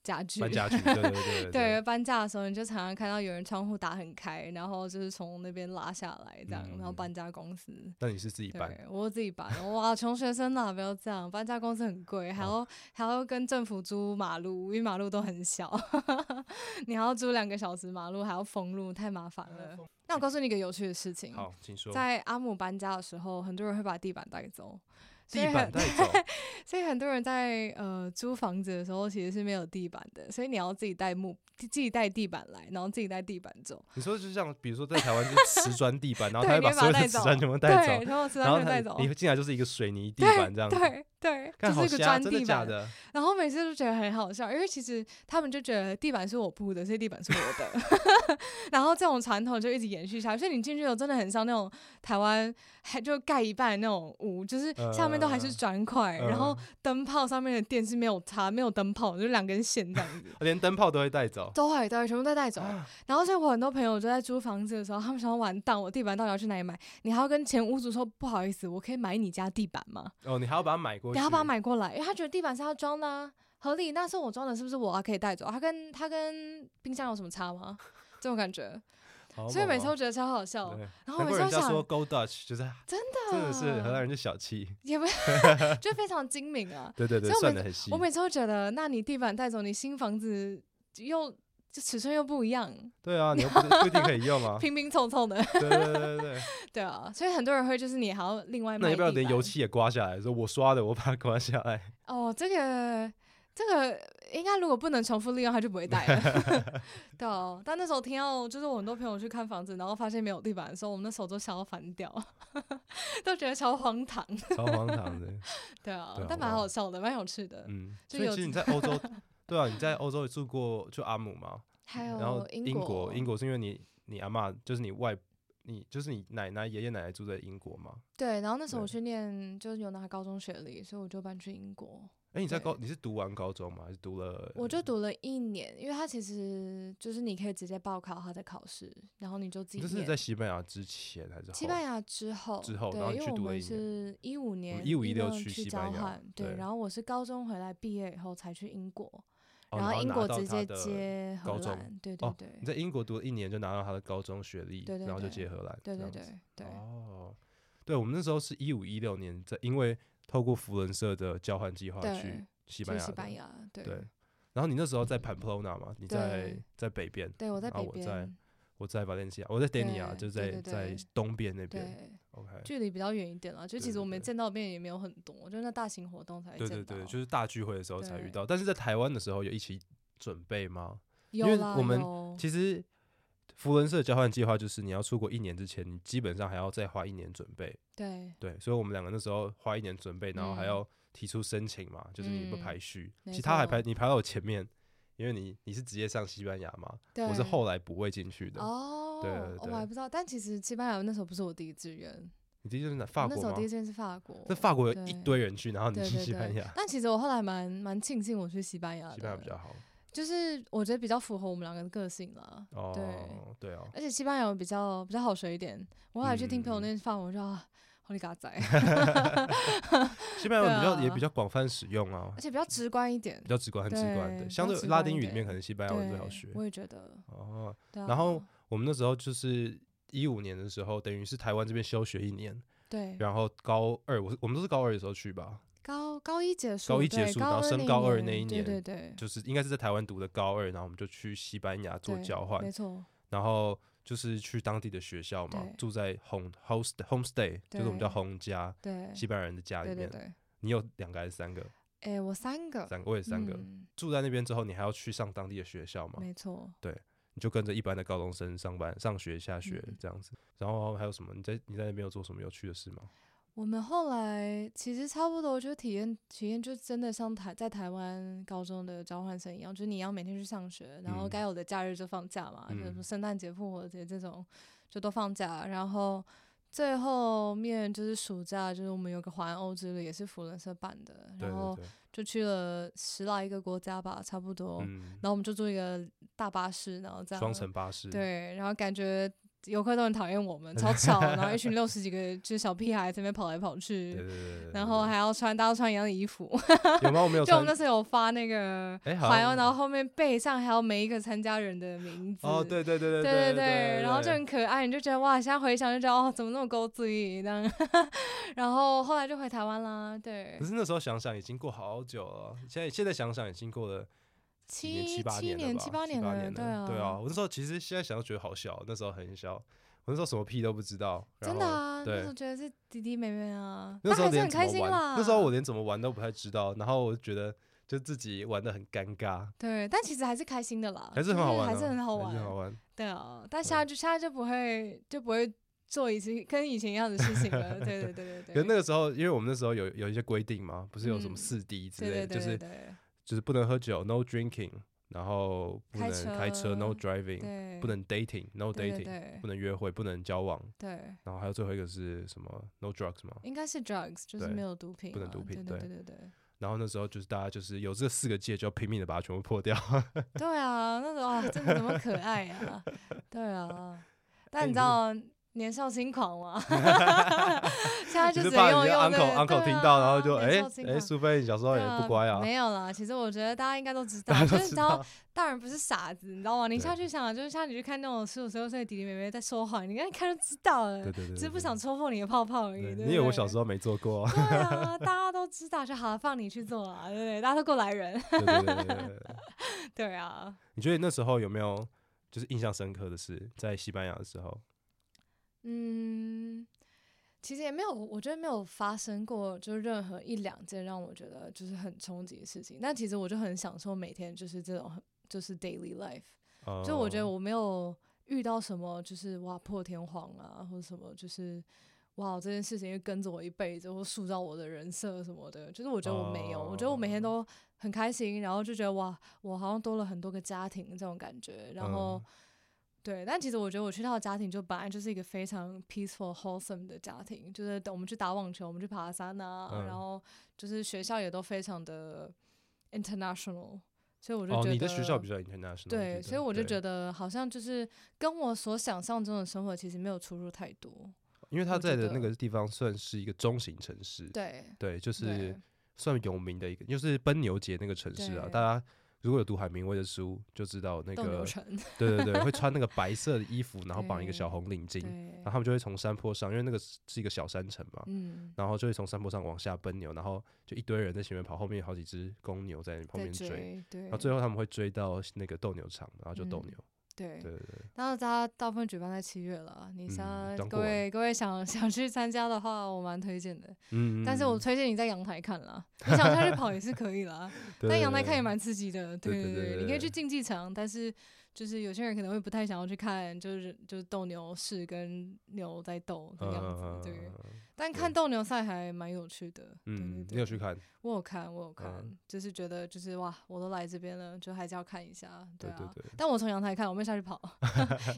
Speaker 2: 家具，
Speaker 1: 搬家具，对对对
Speaker 2: 对，搬家的时候你就常常看到有人窗户打很开，然后就是从那边拉下来这样，然后
Speaker 1: 嗯
Speaker 2: 搬家公司。
Speaker 1: 那你是自己搬，
Speaker 2: 对，我自己搬。哇，穷学生呐、不要这样，搬家公司很贵，
Speaker 1: 嗯
Speaker 2: 还要、还要跟政府租马路，因为马路都很小， 你还要租两个小时马路，还要封路，太麻烦了。那我告诉你一个有趣的事情，
Speaker 1: 嗯好，请说。
Speaker 2: 在阿姆搬家的时候，很多人会把地板带走，所以
Speaker 1: 地板
Speaker 2: 很
Speaker 1: 带走，
Speaker 2: 所以很多人在呃租房子的时候其实是没有地板的，所以你要自己带木自己带地板来，然后自己带地板走。
Speaker 1: 你说就像比如说在台湾就是瓷砖地板，然后他
Speaker 2: 对
Speaker 1: 会
Speaker 2: 你
Speaker 1: 把所有
Speaker 2: 会把它
Speaker 1: 的
Speaker 2: 带
Speaker 1: 瓷
Speaker 2: 走
Speaker 1: 砖全部带
Speaker 2: 对，
Speaker 1: 走，
Speaker 2: 然后磁带
Speaker 1: 然后
Speaker 2: 可以带
Speaker 1: 他
Speaker 2: 走。
Speaker 1: 你进来就是一个水泥地
Speaker 2: 对
Speaker 1: 板这样子，
Speaker 2: 对对，
Speaker 1: 看
Speaker 2: 就
Speaker 1: 好
Speaker 2: 是一个
Speaker 1: 瞎，啊
Speaker 2: 砖
Speaker 1: 真的
Speaker 2: 地
Speaker 1: 假
Speaker 2: 板。
Speaker 1: 的？
Speaker 2: 然后每次都觉得很好笑，因为其实他们就觉得地板是我铺的，所以地板是我的。 然后这种传统就一直延续下去。所以你进去后真的很像那种台湾还就盖一半那种屋，就是下面都还是
Speaker 1: 嗯。
Speaker 2: 砖块，然后灯泡上面的电是没有插，没有灯泡，就两根线这样子
Speaker 1: 嗯连灯泡都会带走，
Speaker 2: 都会都会全部都带走，
Speaker 1: 啊
Speaker 2: 然后所以我很多朋友就在租房子的时候，他们想要完蛋，我地板到底要去哪里买？你还要跟前屋主说不好意思，我可以买你家地板吗？
Speaker 1: 哦，你还要把它买过去，
Speaker 2: 你要把它买过来，因为他觉得地板是他装的、啊，合理。那是我装的，是不是我啊可以带走？他跟他跟冰箱有什么差吗？ 这种感觉，
Speaker 1: 好
Speaker 2: 所以
Speaker 1: 猛
Speaker 2: 每次
Speaker 1: 哦
Speaker 2: 都觉得超好笑。
Speaker 1: 对
Speaker 2: 然后
Speaker 1: 难怪
Speaker 2: 每次
Speaker 1: 人
Speaker 2: 都
Speaker 1: 家
Speaker 2: 想，
Speaker 1: 说 Go Dutch 就是真的是荷兰人就小气，
Speaker 2: 也不就非常精明啊。
Speaker 1: 对对对
Speaker 2: 所以，我
Speaker 1: 算
Speaker 2: 每
Speaker 1: 的很细
Speaker 2: 我。每次都觉得，那你地板带走，你新房子又就尺寸又不一样，
Speaker 1: 对 啊，你又不是不一定可以用啊。
Speaker 2: 拼拼凑凑的，
Speaker 1: 对对对对对，
Speaker 2: 对啊。所以很多人会就是你还要另外
Speaker 1: 那
Speaker 2: 买
Speaker 1: 要不要
Speaker 2: 地
Speaker 1: 连油
Speaker 2: 板
Speaker 1: 漆也刮下来？说我刷的，我把它刮下来。
Speaker 2: 哦，这个这个应该如果不能重复利用，他就不会带了。 对哦，但那时候听到就是我很多朋友去看房子，然后发现没有地板的时候，我们的手都想要翻掉， 都觉得超荒唐。
Speaker 1: 超荒唐的。
Speaker 2: 对啊，
Speaker 1: 对啊
Speaker 2: 但蛮好笑的，蛮有趣的。
Speaker 1: 嗯，
Speaker 2: 就
Speaker 1: 所以
Speaker 2: 有
Speaker 1: 其实你在欧 洲，对啊，你在欧洲也住过就阿姆嘛，
Speaker 2: 还
Speaker 1: 嗯然后
Speaker 2: 有
Speaker 1: 英
Speaker 2: 哦国，
Speaker 1: 英国是因为你你阿嬷就是你外，你就是你奶奶爷爷奶奶住在英国嘛。
Speaker 2: 对，然后那时候我
Speaker 1: 对
Speaker 2: 去念就是有拿高中学历，所以我就搬去英国。
Speaker 1: 哎、你在
Speaker 2: 对
Speaker 1: 高你是读完高中吗？还是读了？
Speaker 2: 我就读了一年，因为他其实就是你可以直接报考他的考试，然后你就自
Speaker 1: 你这
Speaker 2: 己
Speaker 1: 是
Speaker 2: 念。
Speaker 1: 在西班牙之前还是后？
Speaker 2: 西班牙之后，
Speaker 1: 之后
Speaker 2: 对，
Speaker 1: 然后你
Speaker 2: 因为
Speaker 1: 去
Speaker 2: 我
Speaker 1: 读了
Speaker 2: 们
Speaker 1: 一年
Speaker 2: 是一五年、
Speaker 1: 15 16
Speaker 3: 去
Speaker 2: 去
Speaker 1: 西
Speaker 2: 交
Speaker 1: 班牙
Speaker 2: 换，对，
Speaker 1: 对
Speaker 2: 然后我是高中回来毕业以后才去英国，
Speaker 1: 哦，
Speaker 2: 然后英
Speaker 1: 拿
Speaker 2: 国
Speaker 1: 到
Speaker 2: 直
Speaker 1: 他
Speaker 2: 接
Speaker 1: 的
Speaker 2: 接荷
Speaker 1: 高中
Speaker 2: 兰，对对
Speaker 1: 哦
Speaker 2: 对，
Speaker 1: 你在英国读了一年就拿到他的高中学历，
Speaker 2: 对对
Speaker 1: 然后就
Speaker 2: 对
Speaker 1: 接荷兰，
Speaker 2: 对
Speaker 1: 这
Speaker 2: 对
Speaker 1: 样
Speaker 2: 对
Speaker 1: 子
Speaker 2: 对，
Speaker 1: 哦，对，我们那时候是一五一六年在，因为透过福伦社的交换计划
Speaker 2: 对
Speaker 1: 去西班
Speaker 2: 去
Speaker 1: 牙的，
Speaker 2: 西班牙，对
Speaker 1: 对。然后你那时候在 Pamplona 嘛，你在
Speaker 2: 对
Speaker 1: 在北边，
Speaker 2: 对我在
Speaker 1: 然后
Speaker 2: 北
Speaker 1: 我在
Speaker 2: 边，
Speaker 1: 我在瓦伦西亚，我在 d a n i a
Speaker 2: 对
Speaker 1: 就
Speaker 2: 对
Speaker 1: 在
Speaker 2: 对对
Speaker 1: 在东边那边。
Speaker 2: 对，
Speaker 1: OK，
Speaker 2: 距离比较远一点了，就
Speaker 1: 对
Speaker 2: 其实我
Speaker 1: 对
Speaker 2: 们
Speaker 1: 对
Speaker 2: 见到面也没有很多，就那大型活动才
Speaker 1: 对
Speaker 2: 见
Speaker 1: 对
Speaker 2: 到，
Speaker 1: 对，就是大聚会的时候才遇
Speaker 2: 对
Speaker 1: 到。但是在台湾的时候有一起准备吗？因
Speaker 2: 有
Speaker 1: 为
Speaker 2: 啦
Speaker 1: 我们
Speaker 2: 有，
Speaker 1: 其实福伦社交换计划就是你要出国一年之前，你基本上还要再花一年准备。
Speaker 2: 对
Speaker 1: 对，所以我们两个那时候花一年准备，然后还
Speaker 2: 嗯
Speaker 1: 要提出申请嘛，就是你不
Speaker 2: 嗯
Speaker 1: 排序，
Speaker 2: 没
Speaker 1: 其他还
Speaker 2: 错
Speaker 1: 排你排到我前面，因为你你是直接上西班牙嘛，
Speaker 2: 对，
Speaker 1: 我是后来补位进去的。
Speaker 2: 哦，
Speaker 1: 对对
Speaker 2: 哦
Speaker 1: 对
Speaker 2: 我还不知道，但其实西班牙那时候不是我第一志愿，
Speaker 1: 你第一就是哪
Speaker 2: 我
Speaker 1: 法
Speaker 2: 哦那
Speaker 1: 国
Speaker 2: 时候
Speaker 1: 吗
Speaker 2: 第一？志愿是法国，
Speaker 1: 那法国有一
Speaker 2: 哦对
Speaker 1: 堆人去，然后 你
Speaker 2: 对
Speaker 1: 去
Speaker 2: 对呃
Speaker 1: 西班
Speaker 2: 对
Speaker 1: 牙，
Speaker 2: 但其实我后来蛮蛮庆幸我去西班牙的，
Speaker 1: 西班牙比较好。
Speaker 2: 就是我觉得比较符合我们两个的个性啦。
Speaker 1: 哦，对 哦，
Speaker 2: 而且西班牙我比较比较好学一点，我后来去听朋友
Speaker 1: 嗯
Speaker 2: 念法文，我就啊，好你嘎 仔，
Speaker 1: 西班牙文比较
Speaker 2: 对
Speaker 1: 也
Speaker 2: 啊
Speaker 1: 比较广泛使用啊
Speaker 2: 而，且比较直观一点
Speaker 1: 比，较直观、很直观
Speaker 2: 对
Speaker 1: 的。
Speaker 2: 比
Speaker 1: 相
Speaker 2: 较
Speaker 1: 对
Speaker 2: 直
Speaker 1: 拉
Speaker 2: 观
Speaker 1: 丁
Speaker 2: 一
Speaker 1: 语里面，
Speaker 2: 点
Speaker 1: 可能西班牙文最好
Speaker 2: 对
Speaker 1: 学，。
Speaker 2: 我也觉得。
Speaker 1: 哦，
Speaker 2: 对
Speaker 1: 然后
Speaker 2: 啊
Speaker 1: 我们那时候就是一五年的时候，等于是台湾这边休学一年，
Speaker 2: 对
Speaker 1: 然后高二，我我们都是高二的时候去吧，
Speaker 2: 高高一结束，
Speaker 1: 高一
Speaker 2: 对
Speaker 1: 结束
Speaker 2: 高
Speaker 1: 然后
Speaker 2: 二
Speaker 1: 升
Speaker 2: 那
Speaker 1: 高二那一
Speaker 2: 对对
Speaker 1: 年
Speaker 2: 对，
Speaker 1: 就是应该是在台湾读的高二，然后我们就去西班牙做
Speaker 2: 对
Speaker 1: 交换，
Speaker 2: 没错，
Speaker 1: 然后就是去当地的学校嘛
Speaker 2: 对，
Speaker 1: 住在 home host homestay，就是我们叫
Speaker 2: 对
Speaker 1: home 家，
Speaker 2: 对，
Speaker 1: 西班牙人的家里
Speaker 2: 对
Speaker 1: 面。
Speaker 2: 对对，
Speaker 1: 你有两个还是三个？
Speaker 2: 哎，我三个，
Speaker 1: 三个，我也三个。
Speaker 2: 嗯
Speaker 1: 住在那边之后，你还要去上当地的学校嘛？
Speaker 2: 没错，
Speaker 1: 你就跟着一般的高中生上班、上学、下学
Speaker 2: 嗯
Speaker 1: 这样子。然后还有什么？你在你在那边有做什么有趣的事吗？
Speaker 2: 我们后来其实差不多，就体验体验，就真的像台在台湾高中的交换生一样，就是你要每天去上学，然后
Speaker 1: 嗯
Speaker 2: 该有的假日就放假嘛，就什
Speaker 1: 嗯
Speaker 2: 么圣诞节、复活节这种就都放假，然后。最后面就是暑假，就是我们有个环欧之旅，也是福伦社办的，
Speaker 1: 对
Speaker 2: 然后
Speaker 1: 对对，
Speaker 2: 就去了十来个国家吧，差不多。
Speaker 1: 嗯
Speaker 2: 然，后我们就坐一个大巴士，然后这样
Speaker 1: 双层巴士，，
Speaker 2: 对，然后感觉游客都很讨厌 我们，超吵，然后一群六十几个就是小屁孩在那边跑来跑
Speaker 1: 对对
Speaker 2: 去，
Speaker 1: 对对。
Speaker 2: 然后还要穿大家都穿一样的衣服，
Speaker 1: 有吗？我没有
Speaker 2: 就
Speaker 1: 穿
Speaker 2: 我们那时候有发那个
Speaker 1: 哎好
Speaker 2: 环
Speaker 1: 像
Speaker 2: 游，然后后面背上还有每一个参加人的名字。
Speaker 1: 哦，对对对
Speaker 2: 对
Speaker 1: 对对
Speaker 2: 对，然后就很可爱，你就觉得哇，现在回想就觉得哦，怎么那么勾嘴这样， 然后后来就回台湾啦，对
Speaker 1: 可，是那时候想想已经过好久了，现在现在想想已经过了几年七八
Speaker 2: 七
Speaker 1: 年了吧，
Speaker 2: 七八
Speaker 1: 年
Speaker 2: 了，
Speaker 1: 对
Speaker 2: 对啊，
Speaker 1: 我那时候其实现在想都觉得好小，那时候很小，我那时候什么屁都不知道，然
Speaker 2: 真的
Speaker 1: 后
Speaker 2: 啊，那
Speaker 1: 对
Speaker 2: 时候觉得是弟弟妹妹啊，
Speaker 1: 那时候
Speaker 2: 但还是
Speaker 1: 连
Speaker 2: 很
Speaker 1: 怎
Speaker 2: 开
Speaker 1: 么
Speaker 2: 心
Speaker 1: 玩，
Speaker 2: 啦。
Speaker 1: 那时候我连怎么玩都不太知道，然后我就觉得就自己玩的很尴尬，
Speaker 2: 对，但其实还是开心的啦，
Speaker 1: 还
Speaker 2: 啊就是
Speaker 1: 很好玩啊、
Speaker 2: 还是很好玩，
Speaker 1: 还是好玩。
Speaker 2: 对啊。但现在就现在就不会就不会做以前跟以前一样的事情了，对对对对
Speaker 1: 可是
Speaker 2: 对。
Speaker 1: 那个时候，因为我们那时候有有一些规定嘛，不是有什么
Speaker 2: 嗯
Speaker 1: 四 D 之
Speaker 2: 对
Speaker 1: 类，
Speaker 2: 对
Speaker 1: 就
Speaker 2: 对
Speaker 1: 是
Speaker 2: 对对
Speaker 1: 就是不能喝酒，no drinking，然后不
Speaker 2: 开
Speaker 1: 能开车，no
Speaker 2: 车
Speaker 1: driving，
Speaker 2: 对，
Speaker 1: 不能 dating，no
Speaker 2: 对对
Speaker 1: dating，
Speaker 2: 对
Speaker 1: 不能约会，不能交往，
Speaker 2: 对，
Speaker 1: 然后还有最后一个是什么？No drugs 嘛。
Speaker 2: 应该是 drugs，就是
Speaker 1: 对
Speaker 2: 没有毒品嘛，
Speaker 1: 不能毒品
Speaker 2: 对
Speaker 1: 对
Speaker 2: 对对对
Speaker 1: 然后那时候就是大家就是有这四个戒，就要拼命的把它全部破掉。
Speaker 2: 对啊，那种啊，真的怎么可爱啊，对啊。但
Speaker 1: 哎你
Speaker 2: 你知
Speaker 1: 这
Speaker 2: 道年少轻 狂嘛，现在
Speaker 1: 就
Speaker 2: 就是只
Speaker 1: 怕
Speaker 2: 能
Speaker 1: 你的
Speaker 2: 用用那
Speaker 1: uncle
Speaker 2: 个
Speaker 1: uncle
Speaker 2: 对
Speaker 1: 听到，然后
Speaker 2: 啊
Speaker 1: 就
Speaker 2: 年
Speaker 1: 哎
Speaker 2: 少轻
Speaker 1: 哎，
Speaker 2: 狂
Speaker 1: 苏菲你小时候
Speaker 2: 对
Speaker 1: 也不
Speaker 2: 啊
Speaker 1: 乖啊，
Speaker 2: 没有啦，其实我觉得大家应该都知道
Speaker 1: 大，家
Speaker 2: 就
Speaker 1: 都
Speaker 2: 是
Speaker 1: 知
Speaker 2: 你知
Speaker 1: 道
Speaker 2: 道。大人不是傻子，你知道吗？你
Speaker 1: 对
Speaker 2: 下去想，就是像你去看那种十五十六岁的弟弟妹妹在说谎，你一看就知道了
Speaker 1: 对，对对，
Speaker 2: 只是不
Speaker 1: 对
Speaker 2: 想戳破你的泡泡而已。
Speaker 1: 对
Speaker 2: 对不
Speaker 1: 你以为我小时
Speaker 2: 候？
Speaker 1: 候没做过啊？
Speaker 2: 对啊，大家都知道，就好放你去做啊，对不对？大家都过来人，
Speaker 1: 对对对对对对对。
Speaker 2: 对啊。
Speaker 1: 你觉得你那时候有没有就是印象深刻的事？在西班牙的时候，
Speaker 2: 嗯，其实也没有，我觉得没有发生过，就是任何一两件让我觉得就是很冲击的事情。但其实我就很享受每天就是这种很就是 daily life，
Speaker 1: 呃
Speaker 2: 就我觉得我没有遇到什么就是哇破天荒啊，或者什么就是哇这件事情就跟着我一辈子，或塑造我的人设什么的。就是我觉得我没有，我觉得我每天
Speaker 1: 哦
Speaker 2: 都很开心，然后就觉得哇我好像多了很多个家庭这种感觉，然后。
Speaker 1: 嗯
Speaker 2: 对，但其实我觉得我去到的家庭就本来就是一个非常 peaceful wholesome 的家庭，就是等我们去打网球，我们去爬山啊，
Speaker 1: 嗯
Speaker 2: 然后就是学校也都非常的 international，所以我就觉
Speaker 1: 哦，
Speaker 2: 得、
Speaker 1: 你的学校比较 international，
Speaker 2: 对，所以我就
Speaker 1: 得
Speaker 2: 觉得好像就是跟我所想象中的生活其实没有出入太多。
Speaker 1: 对，因为他
Speaker 2: 我
Speaker 1: 在
Speaker 2: 觉
Speaker 1: 的那
Speaker 2: 得
Speaker 1: 个地方算是一个中型城市，
Speaker 2: 对，
Speaker 1: 对，就是
Speaker 2: 对
Speaker 1: 算有名的一个，就是奔牛节那个城市啊，
Speaker 2: 对
Speaker 1: 大家。如果有读海明威的书，就知道那
Speaker 2: 斗
Speaker 1: 个
Speaker 2: 牛，城，
Speaker 1: 对对对， 会穿那个白色的衣服，然后绑一个
Speaker 2: 对
Speaker 1: 小红领巾，
Speaker 2: 对
Speaker 1: 然后，他们就会从山坡上，因为那个是是一个小山城嘛，
Speaker 2: 嗯，
Speaker 1: 然后就会从山坡上往下奔牛，然后就一堆人在前面跑，后面有好几只公牛在后
Speaker 2: 在
Speaker 1: 面追，
Speaker 2: 追，对，
Speaker 1: 然后最后他们会追到那个斗牛场，然后就斗
Speaker 2: 嗯
Speaker 1: 牛。
Speaker 2: 对
Speaker 1: 对对对，
Speaker 2: 然后它大部分举办在七月了，你像、
Speaker 1: 嗯刚过
Speaker 2: 各
Speaker 1: 完
Speaker 2: 位各位想 想去参加的话，我蛮推荐的。
Speaker 1: 嗯
Speaker 2: 但是我
Speaker 1: 嗯
Speaker 2: 推荐你在阳台看啦，你想下去跑也是可以 啦，
Speaker 1: 对
Speaker 2: 但
Speaker 1: 对
Speaker 2: 阳台
Speaker 1: 对
Speaker 2: 看也蛮刺激的。
Speaker 1: 对对
Speaker 2: 对
Speaker 1: 对对
Speaker 2: 你可以去
Speaker 1: 对
Speaker 2: 竞技场，但是就是有些人可能会不太想要去看，就是就是斗牛士跟牛在斗的样
Speaker 1: 嗯
Speaker 2: 子。对，但看斗牛赛还蛮有趣的。对对
Speaker 1: 嗯，
Speaker 2: 对，
Speaker 1: 你有去？看？
Speaker 2: 我有看，我有看，
Speaker 1: 嗯
Speaker 2: 就是觉得就是哇，我都来这边了，就还是要看一下。
Speaker 1: 对
Speaker 2: 啊，
Speaker 1: 对对
Speaker 2: 但我从阳台看，我没有下 去跑，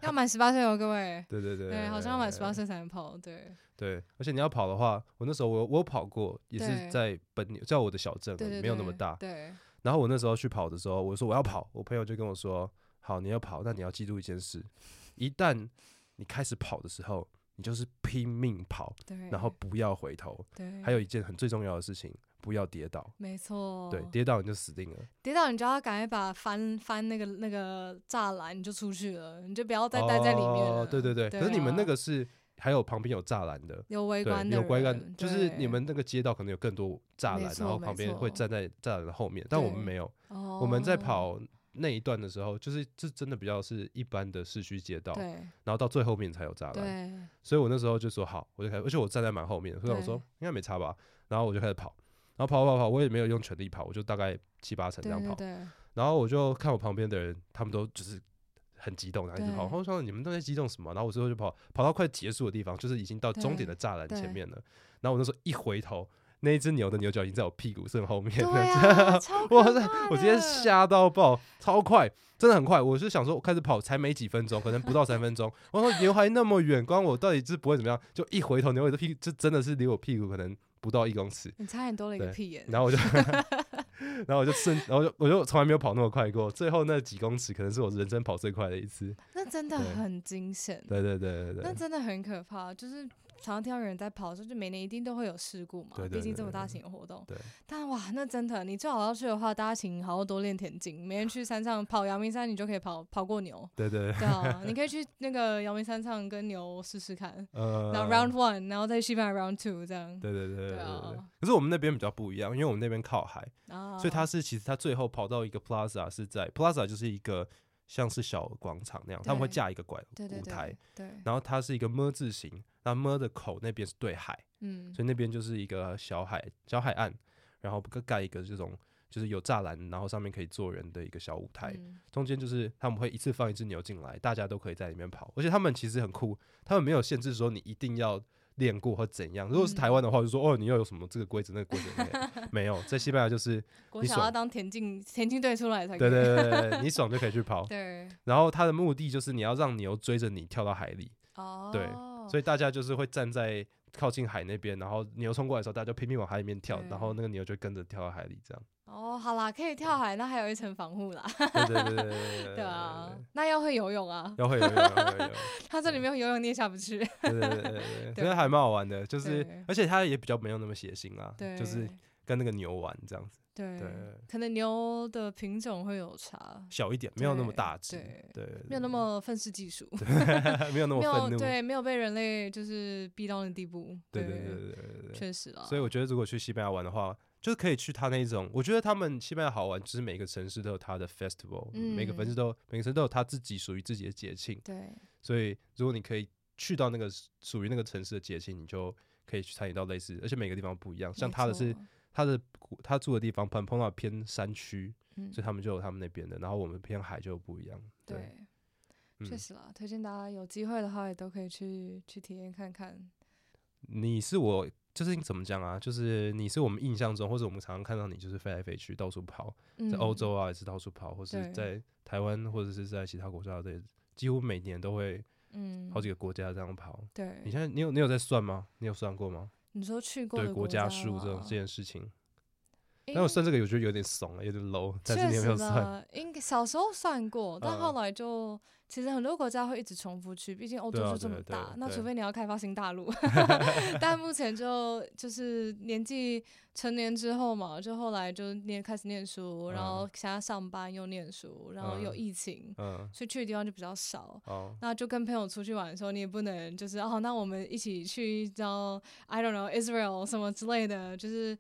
Speaker 2: 要满十八岁哦，各位。
Speaker 1: 对 对对
Speaker 2: 对，好像要满十八岁才能跑。对，
Speaker 1: 对，而且你要跑的话，我那时候我有我有跑过，也是
Speaker 2: 对
Speaker 1: 在本在我的小镇
Speaker 2: 对对，
Speaker 1: 没有那么
Speaker 2: 对
Speaker 1: 大。
Speaker 2: 对，
Speaker 1: 然后我那时候去跑的时候，我说我要跑，我朋友就跟我说：“好，你要跑，那你要记住一件事，一旦你开始跑的时候，你就是拼命跑，
Speaker 2: 对。
Speaker 1: 然后不要回头。
Speaker 2: 对，
Speaker 1: 还有一件很最重要的事情，不要跌倒。
Speaker 2: 没错，
Speaker 1: 对，跌倒你就死定了。
Speaker 2: 跌倒你就要赶快把翻翻那个那个栅栏，你就出去了，你就不要再待在里面了。
Speaker 1: 哦、对对对，可是你们那
Speaker 2: 啊
Speaker 1: 个是还有旁边有栅栏的。”
Speaker 2: 有围观
Speaker 1: 对，
Speaker 2: 的
Speaker 1: 有
Speaker 2: 人，
Speaker 1: 规杆，就是你
Speaker 2: 对
Speaker 1: 们那个街道可能有更多栅
Speaker 2: 没
Speaker 1: 栏，然
Speaker 2: 错
Speaker 1: 后
Speaker 2: 没
Speaker 1: 旁边会
Speaker 2: 错
Speaker 1: 站在栅栏的后面，但我们
Speaker 2: 对
Speaker 1: 没有，
Speaker 2: 哦，
Speaker 1: 我们在跑那一段的时候，就是这真的比较是一般的市区街道，
Speaker 2: 对
Speaker 1: 然后到最后面才有栅栏，
Speaker 2: 对
Speaker 1: 所以我那时候就说好，我就开始，而且我站在蛮后面的，所以我想说
Speaker 2: 对
Speaker 1: 应该没差吧，然后我就开始跑，然后跑跑跑，我也没有用全力跑，我就大概七八成这
Speaker 2: 对
Speaker 1: 样
Speaker 2: 对
Speaker 1: 跑，
Speaker 2: 对，
Speaker 1: 然后我就看我旁边的人，他们都就是。很激动，然后一直跑。然
Speaker 2: 对
Speaker 1: 后我说：“你们都在激动什么？”然后我最后就跑，跑到快结束的地方，就是已经到终点的栅栏前
Speaker 2: 对
Speaker 1: 面了。然后我那时候一回头，那一只牛的牛角已经在我屁股正后面了。
Speaker 2: 对啊，超可
Speaker 1: 哇塞
Speaker 2: 怕！
Speaker 1: 我直接
Speaker 2: 的
Speaker 1: 吓到爆，超快，真的很快。我是想说，我开始跑才没几分钟，可能不到三分钟。我说牛还那么远，光我到底是不会怎么样？就一回头，牛的屁股，这真的是离我屁股可能不到一公尺。
Speaker 2: 你差点多了一个
Speaker 1: 对
Speaker 2: 屁眼，
Speaker 1: 然后我 就，然后我就瞬，然后就我就从来没有跑那么快过。最后那几公尺可能是我人生跑最快的一次。
Speaker 2: 那真的
Speaker 1: 对
Speaker 2: 很惊险，
Speaker 1: 对对对对
Speaker 2: 那
Speaker 1: 对，
Speaker 2: 真的很可怕，就是常常听到有人在跑的时候，就每年一定都会有事故嘛
Speaker 1: 对，对
Speaker 2: 毕竟
Speaker 1: 对
Speaker 2: 这么大
Speaker 1: 对
Speaker 2: 型的活动。
Speaker 1: 对
Speaker 2: 但哇，那真的，你最好要去的话，大家请好好多练田径，每天去山上跑阳明山，你就可以跑跑过牛。
Speaker 1: 对对对，
Speaker 2: 对啊，你可以去那个阳明山上跟牛试 试看，
Speaker 1: 呃，
Speaker 2: 然后 round one，然后再西班牙 round two 这样。
Speaker 1: 对对对对对对
Speaker 2: 啊。
Speaker 1: 可是我们那边比较不一样，因为我们那边靠海，
Speaker 2: 啊，
Speaker 1: 所以它是其实它最后跑到一个 plaza 是在 plaza 就是一个像是小广场那样，他们会
Speaker 2: 对
Speaker 1: 架一个拐
Speaker 2: 对对
Speaker 1: 舞台
Speaker 2: 对，对，
Speaker 1: 然后它是一个么字形，那么的口那边是对海，
Speaker 2: 嗯，
Speaker 1: 所以那边就是一个小海小海岸，然后盖盖一个这种就是有栅栏，然后上面可以坐人的一个小舞台，
Speaker 2: 嗯
Speaker 1: 中间就是他们会一次放一只牛进来，大家都可以在里面跑，而且他们其实很酷，他们没有限制说你一定要练过或怎样。如
Speaker 2: 嗯
Speaker 1: 果是台湾的话，就说哦你要有什么这个规则那个规则没有，没有，在西班牙就是
Speaker 2: 我
Speaker 1: 你
Speaker 2: 想
Speaker 1: 爽
Speaker 2: 要当田径田径队出来才
Speaker 1: 对
Speaker 2: 可以。，
Speaker 1: 对对对对，你爽就可以去跑
Speaker 2: 对
Speaker 1: 然后它的目的就是你要让牛追着你跳到海里，
Speaker 2: 哦，
Speaker 1: 对所以大家就是会站在靠近海那边，然后牛冲过来的时候，大家就拼命往海里面跳，
Speaker 2: 对
Speaker 1: 然后那个牛就跟着跳到海里，这样。
Speaker 2: 哦，好啦，可以跳海，那还有一层防护啦。
Speaker 1: 对对对对对对
Speaker 2: 对啊，，那要会游泳啊，
Speaker 1: 要会游泳，要会游泳，
Speaker 2: 他这里没有游泳你也下不 去。
Speaker 1: 对对对对对，真的还蛮好玩的，就是
Speaker 2: 对
Speaker 1: 而且它也比较没有那么血腥啦，
Speaker 2: 对，
Speaker 1: 就是跟那个牛玩这样子，
Speaker 2: 对
Speaker 1: 对，
Speaker 2: 可能牛的品种会有差，
Speaker 1: 小一点，没有那么大只，
Speaker 2: 对，
Speaker 1: 对，对
Speaker 2: 没有那么愤世嫉俗，
Speaker 1: 对 没有那么
Speaker 2: 没
Speaker 1: 愤
Speaker 2: 有
Speaker 1: 怒，对
Speaker 2: 对，没有被人类就是逼到那地步。
Speaker 1: 对对对对对对。
Speaker 2: 确实啊。
Speaker 1: 所以我觉得如果去西班牙玩的话，就是可以去他那一种，我觉得他们西班牙好玩，就是每个城市都有它的 festival，、每个
Speaker 2: 嗯
Speaker 1: 城市都有每个城市都有它自己属于自己的节庆，
Speaker 2: 对
Speaker 1: 所以如果你可以去到那个属于那个城市的节庆，你就可以去参与到类似，而且每个地方不一样。像
Speaker 2: 没
Speaker 1: 他的
Speaker 2: 错
Speaker 1: 是他的他住的地方碰碰到偏山区，
Speaker 2: 嗯
Speaker 1: 所以他们就有他们那边的，然后我们偏海就不一样。对，
Speaker 2: 对，确
Speaker 1: 嗯，
Speaker 2: 实啦，推荐大家有机会的话也都可以去去体验看看。
Speaker 1: 你是我就是怎么讲啊？就是你是我们印象中，或者我们常常看到你就是飞来飞去到处跑，在欧
Speaker 2: 嗯
Speaker 1: 洲啊也是到处跑，或是
Speaker 2: 对
Speaker 1: 在台湾或者是在其他国家的，几乎每年都会
Speaker 2: 嗯，
Speaker 1: 好几个国家这样跑。
Speaker 2: 对，
Speaker 1: 你现在你有你有在算吗？你有算过吗？
Speaker 2: 你说去过
Speaker 1: 对
Speaker 2: 的
Speaker 1: 国
Speaker 2: 家
Speaker 1: 数这种
Speaker 2: 吗
Speaker 1: 这，件事情，
Speaker 2: 应
Speaker 1: 但我算这个我觉得有点怂了，欸有点 low，但是
Speaker 2: 确
Speaker 1: 你有没
Speaker 2: 实
Speaker 1: 有算？
Speaker 2: 啦，应该小时候算过，但后
Speaker 1: 嗯
Speaker 2: 来就其实很多国家会一直重复去，毕竟欧
Speaker 1: 对
Speaker 2: 洲
Speaker 1: 啊
Speaker 2: 就这
Speaker 1: 对
Speaker 2: 么
Speaker 1: 对
Speaker 2: 大，那
Speaker 1: 对
Speaker 2: 除非你要开发新 大陆。 但目前就就是年纪成年之后嘛，就后来就念开始念书，然后现在上班又念书，然后有
Speaker 1: 嗯
Speaker 2: 疫情，
Speaker 1: 嗯，
Speaker 2: 所以去的地方就比较少。
Speaker 1: 哦，
Speaker 2: 那就跟朋友出去玩的时候，你也不能就是哦，那我们一起去到 I don't know Israel 什么之类的，就是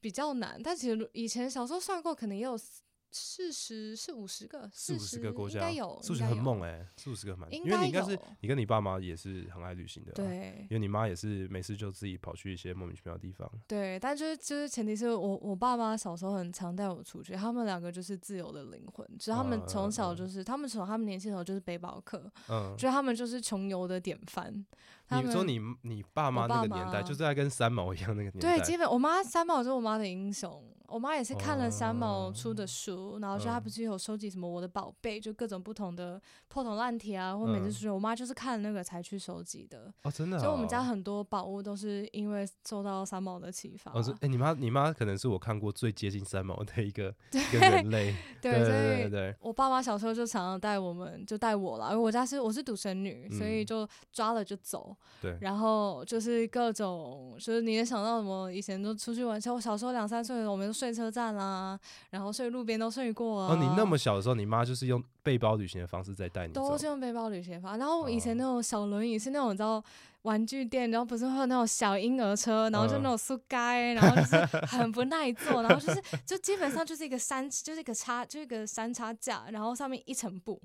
Speaker 2: 比较难。但其实以前小时候算过，可能也有四四十是五十个，
Speaker 1: 四五十
Speaker 2: 40
Speaker 1: 个国
Speaker 2: 应
Speaker 1: 家
Speaker 2: 该有，
Speaker 1: 四五
Speaker 2: 应
Speaker 1: 十
Speaker 2: 该
Speaker 1: 很
Speaker 2: 有
Speaker 1: 猛哎，四五十个很蛮，
Speaker 2: 应
Speaker 1: 因为你应
Speaker 2: 该
Speaker 1: 该是
Speaker 2: 有
Speaker 1: 你跟你爸妈也是很爱旅行的，，啊
Speaker 2: 对
Speaker 1: 因为你妈也是每次就自己跑去一些莫名其妙的地方，
Speaker 2: 对，但就是就是前提是我我爸妈小时候很常带我出去，他们两个就是自由的灵魂，就是他们
Speaker 1: 嗯嗯
Speaker 2: 从小
Speaker 1: 嗯
Speaker 2: 就是、他们从他们年轻的时候就是背包客，
Speaker 1: 嗯。
Speaker 2: 就是他们就是穷游的典范。他
Speaker 1: 你说
Speaker 2: 们
Speaker 1: 你你爸妈那
Speaker 2: 爸
Speaker 1: 个年代，就
Speaker 2: 妈
Speaker 1: 是在跟三毛一样那个年代，
Speaker 2: 对，基本我妈三毛就是我妈的英雄，我妈也是看了三毛出的书，然后就她
Speaker 1: 哦嗯
Speaker 2: 不是有收集什么我的宝贝，就各种不同的破铜烂铁啊，或每
Speaker 1: 嗯
Speaker 2: 次书，我妈就是看了那个才去收集的。
Speaker 1: 哦，真的哦，
Speaker 2: 所以我们家很多宝物都是因为受到三毛的启发，
Speaker 1: 哦，是哎，你妈你妈可能是我看过最接近三毛的一 个一个人类，
Speaker 2: 对，
Speaker 1: 对
Speaker 2: 所
Speaker 1: 对
Speaker 2: 以。
Speaker 1: 对，
Speaker 2: 我爸妈小时候就常常带我们，就带我啦，因为我家是我是独生女，所以
Speaker 1: 嗯
Speaker 2: 就抓了就走，
Speaker 1: 对
Speaker 2: 然后就是各种，就是你也想到什么，以前都出去玩，像我小时候两三岁的时候，我们就睡车站啦，然后睡路边都睡过啊。
Speaker 1: 哦，你那么小的时候，你妈就是用背包旅行的方式在带你走
Speaker 2: 都，是用背包旅行法，然后我以前
Speaker 1: 哦
Speaker 2: 那种小轮椅是那种你知道玩具店，然后不是会有那种小婴儿车，然后就
Speaker 1: 嗯
Speaker 2: 那种速盖，然后就是很不耐坐，然后就是就基本上就是一个山，就是一个叉，就是一个山叉架，然后上面一层布，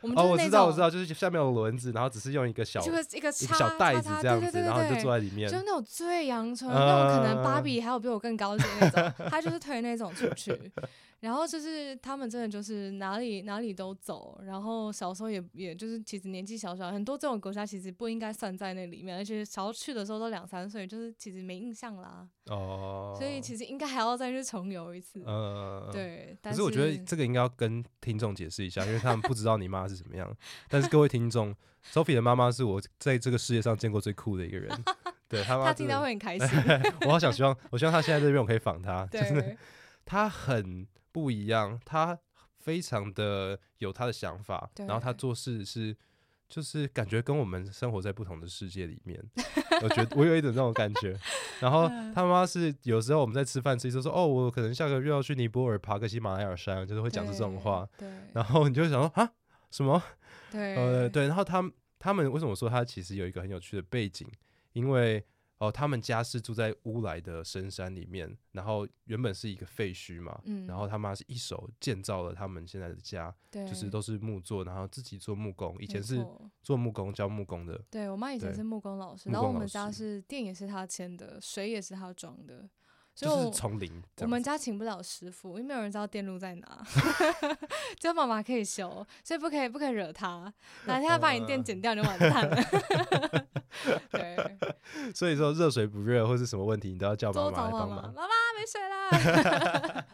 Speaker 2: 我们就
Speaker 1: 哦，
Speaker 2: 是
Speaker 1: 我
Speaker 2: 那
Speaker 1: 知
Speaker 2: 种
Speaker 1: 道，我知道，就是下面有轮子，然后只是用一个小
Speaker 2: 就
Speaker 1: 一
Speaker 2: 是一个
Speaker 1: 个
Speaker 2: 叉
Speaker 1: 小袋子
Speaker 2: 叉叉
Speaker 1: 这样
Speaker 2: 对
Speaker 1: 子，
Speaker 2: 对对
Speaker 1: 然后你
Speaker 2: 对
Speaker 1: 就坐在里面
Speaker 2: 就。那种最阳春，那种可能芭
Speaker 1: 嗯
Speaker 2: 比还有比我更高级的那种，他就是推那种出去。然后就是他们真的就是哪里哪里都走，然后小时候也也就是其实年纪小小，很多这种国家其实不应该算在那里面，而且小去的时候都两三岁，就是其实没印象啦，
Speaker 1: 哦，
Speaker 2: 所以其实应该还要再去重游一次。
Speaker 1: 呃，
Speaker 2: 对，但
Speaker 1: 可是我觉得这个应该要跟听众解释一下，因为他们不知道你妈是怎么样。但是各位听众，Sophie 的妈妈是我在这个世界上见过最酷的一个 人。对他妈
Speaker 2: 他
Speaker 1: 真
Speaker 2: 听
Speaker 1: 的，
Speaker 2: 到会很开心。
Speaker 1: 我好想希望，我希望他现在在这边我可以仿他，就是
Speaker 2: 对，
Speaker 1: 他很不一样，他非常的有他的想法，然后他
Speaker 2: 对
Speaker 1: 做事是就是感觉跟我们生活在不同的世界里 面，我觉得我有一种那种感觉。然后
Speaker 2: 嗯
Speaker 1: 他妈妈是有时候我们在吃饭吃一吃说哦，我可能下个月要去尼泊尔爬个喜马拉雅山，就是会讲出这种
Speaker 2: 对
Speaker 1: 话，。
Speaker 2: 对，
Speaker 1: 然后你就会想说啊什么
Speaker 2: 对，
Speaker 1: 呃对，然后他们他们为什么说他其实有一个很有趣的背景？因为哦、他们家是住在乌来的深山里面，然后原本是一个废墟嘛，
Speaker 2: 嗯
Speaker 1: 然后他妈是一手建造了他们现在的家，
Speaker 2: 对，
Speaker 1: 就是都是木做，然后自己做木工，以
Speaker 2: 以
Speaker 1: 前是做木工教木工的，
Speaker 2: 对我妈以前
Speaker 1: 对
Speaker 2: 是木工老师，
Speaker 1: 木
Speaker 2: 然后我
Speaker 1: 工老
Speaker 2: 们家
Speaker 1: 师
Speaker 2: 是电也是她签的，水也是她装的，所以
Speaker 1: 就
Speaker 2: 我
Speaker 1: 是从零这
Speaker 2: 我
Speaker 1: 样
Speaker 2: 们
Speaker 1: 子
Speaker 2: 家请不了师傅，因为没有人知道电路在 哪，只有妈妈可以修，所以不可以不可以惹她，哪天她把你电
Speaker 1: 嗯
Speaker 2: 剪掉你就完蛋 了。对，
Speaker 1: 所以说热水不热或是什么问题，你都要叫妈
Speaker 2: 都
Speaker 1: 妈
Speaker 2: 找
Speaker 1: 来
Speaker 2: 妈
Speaker 1: 帮
Speaker 2: 妈，
Speaker 1: 忙。
Speaker 2: 妈妈没水 啦。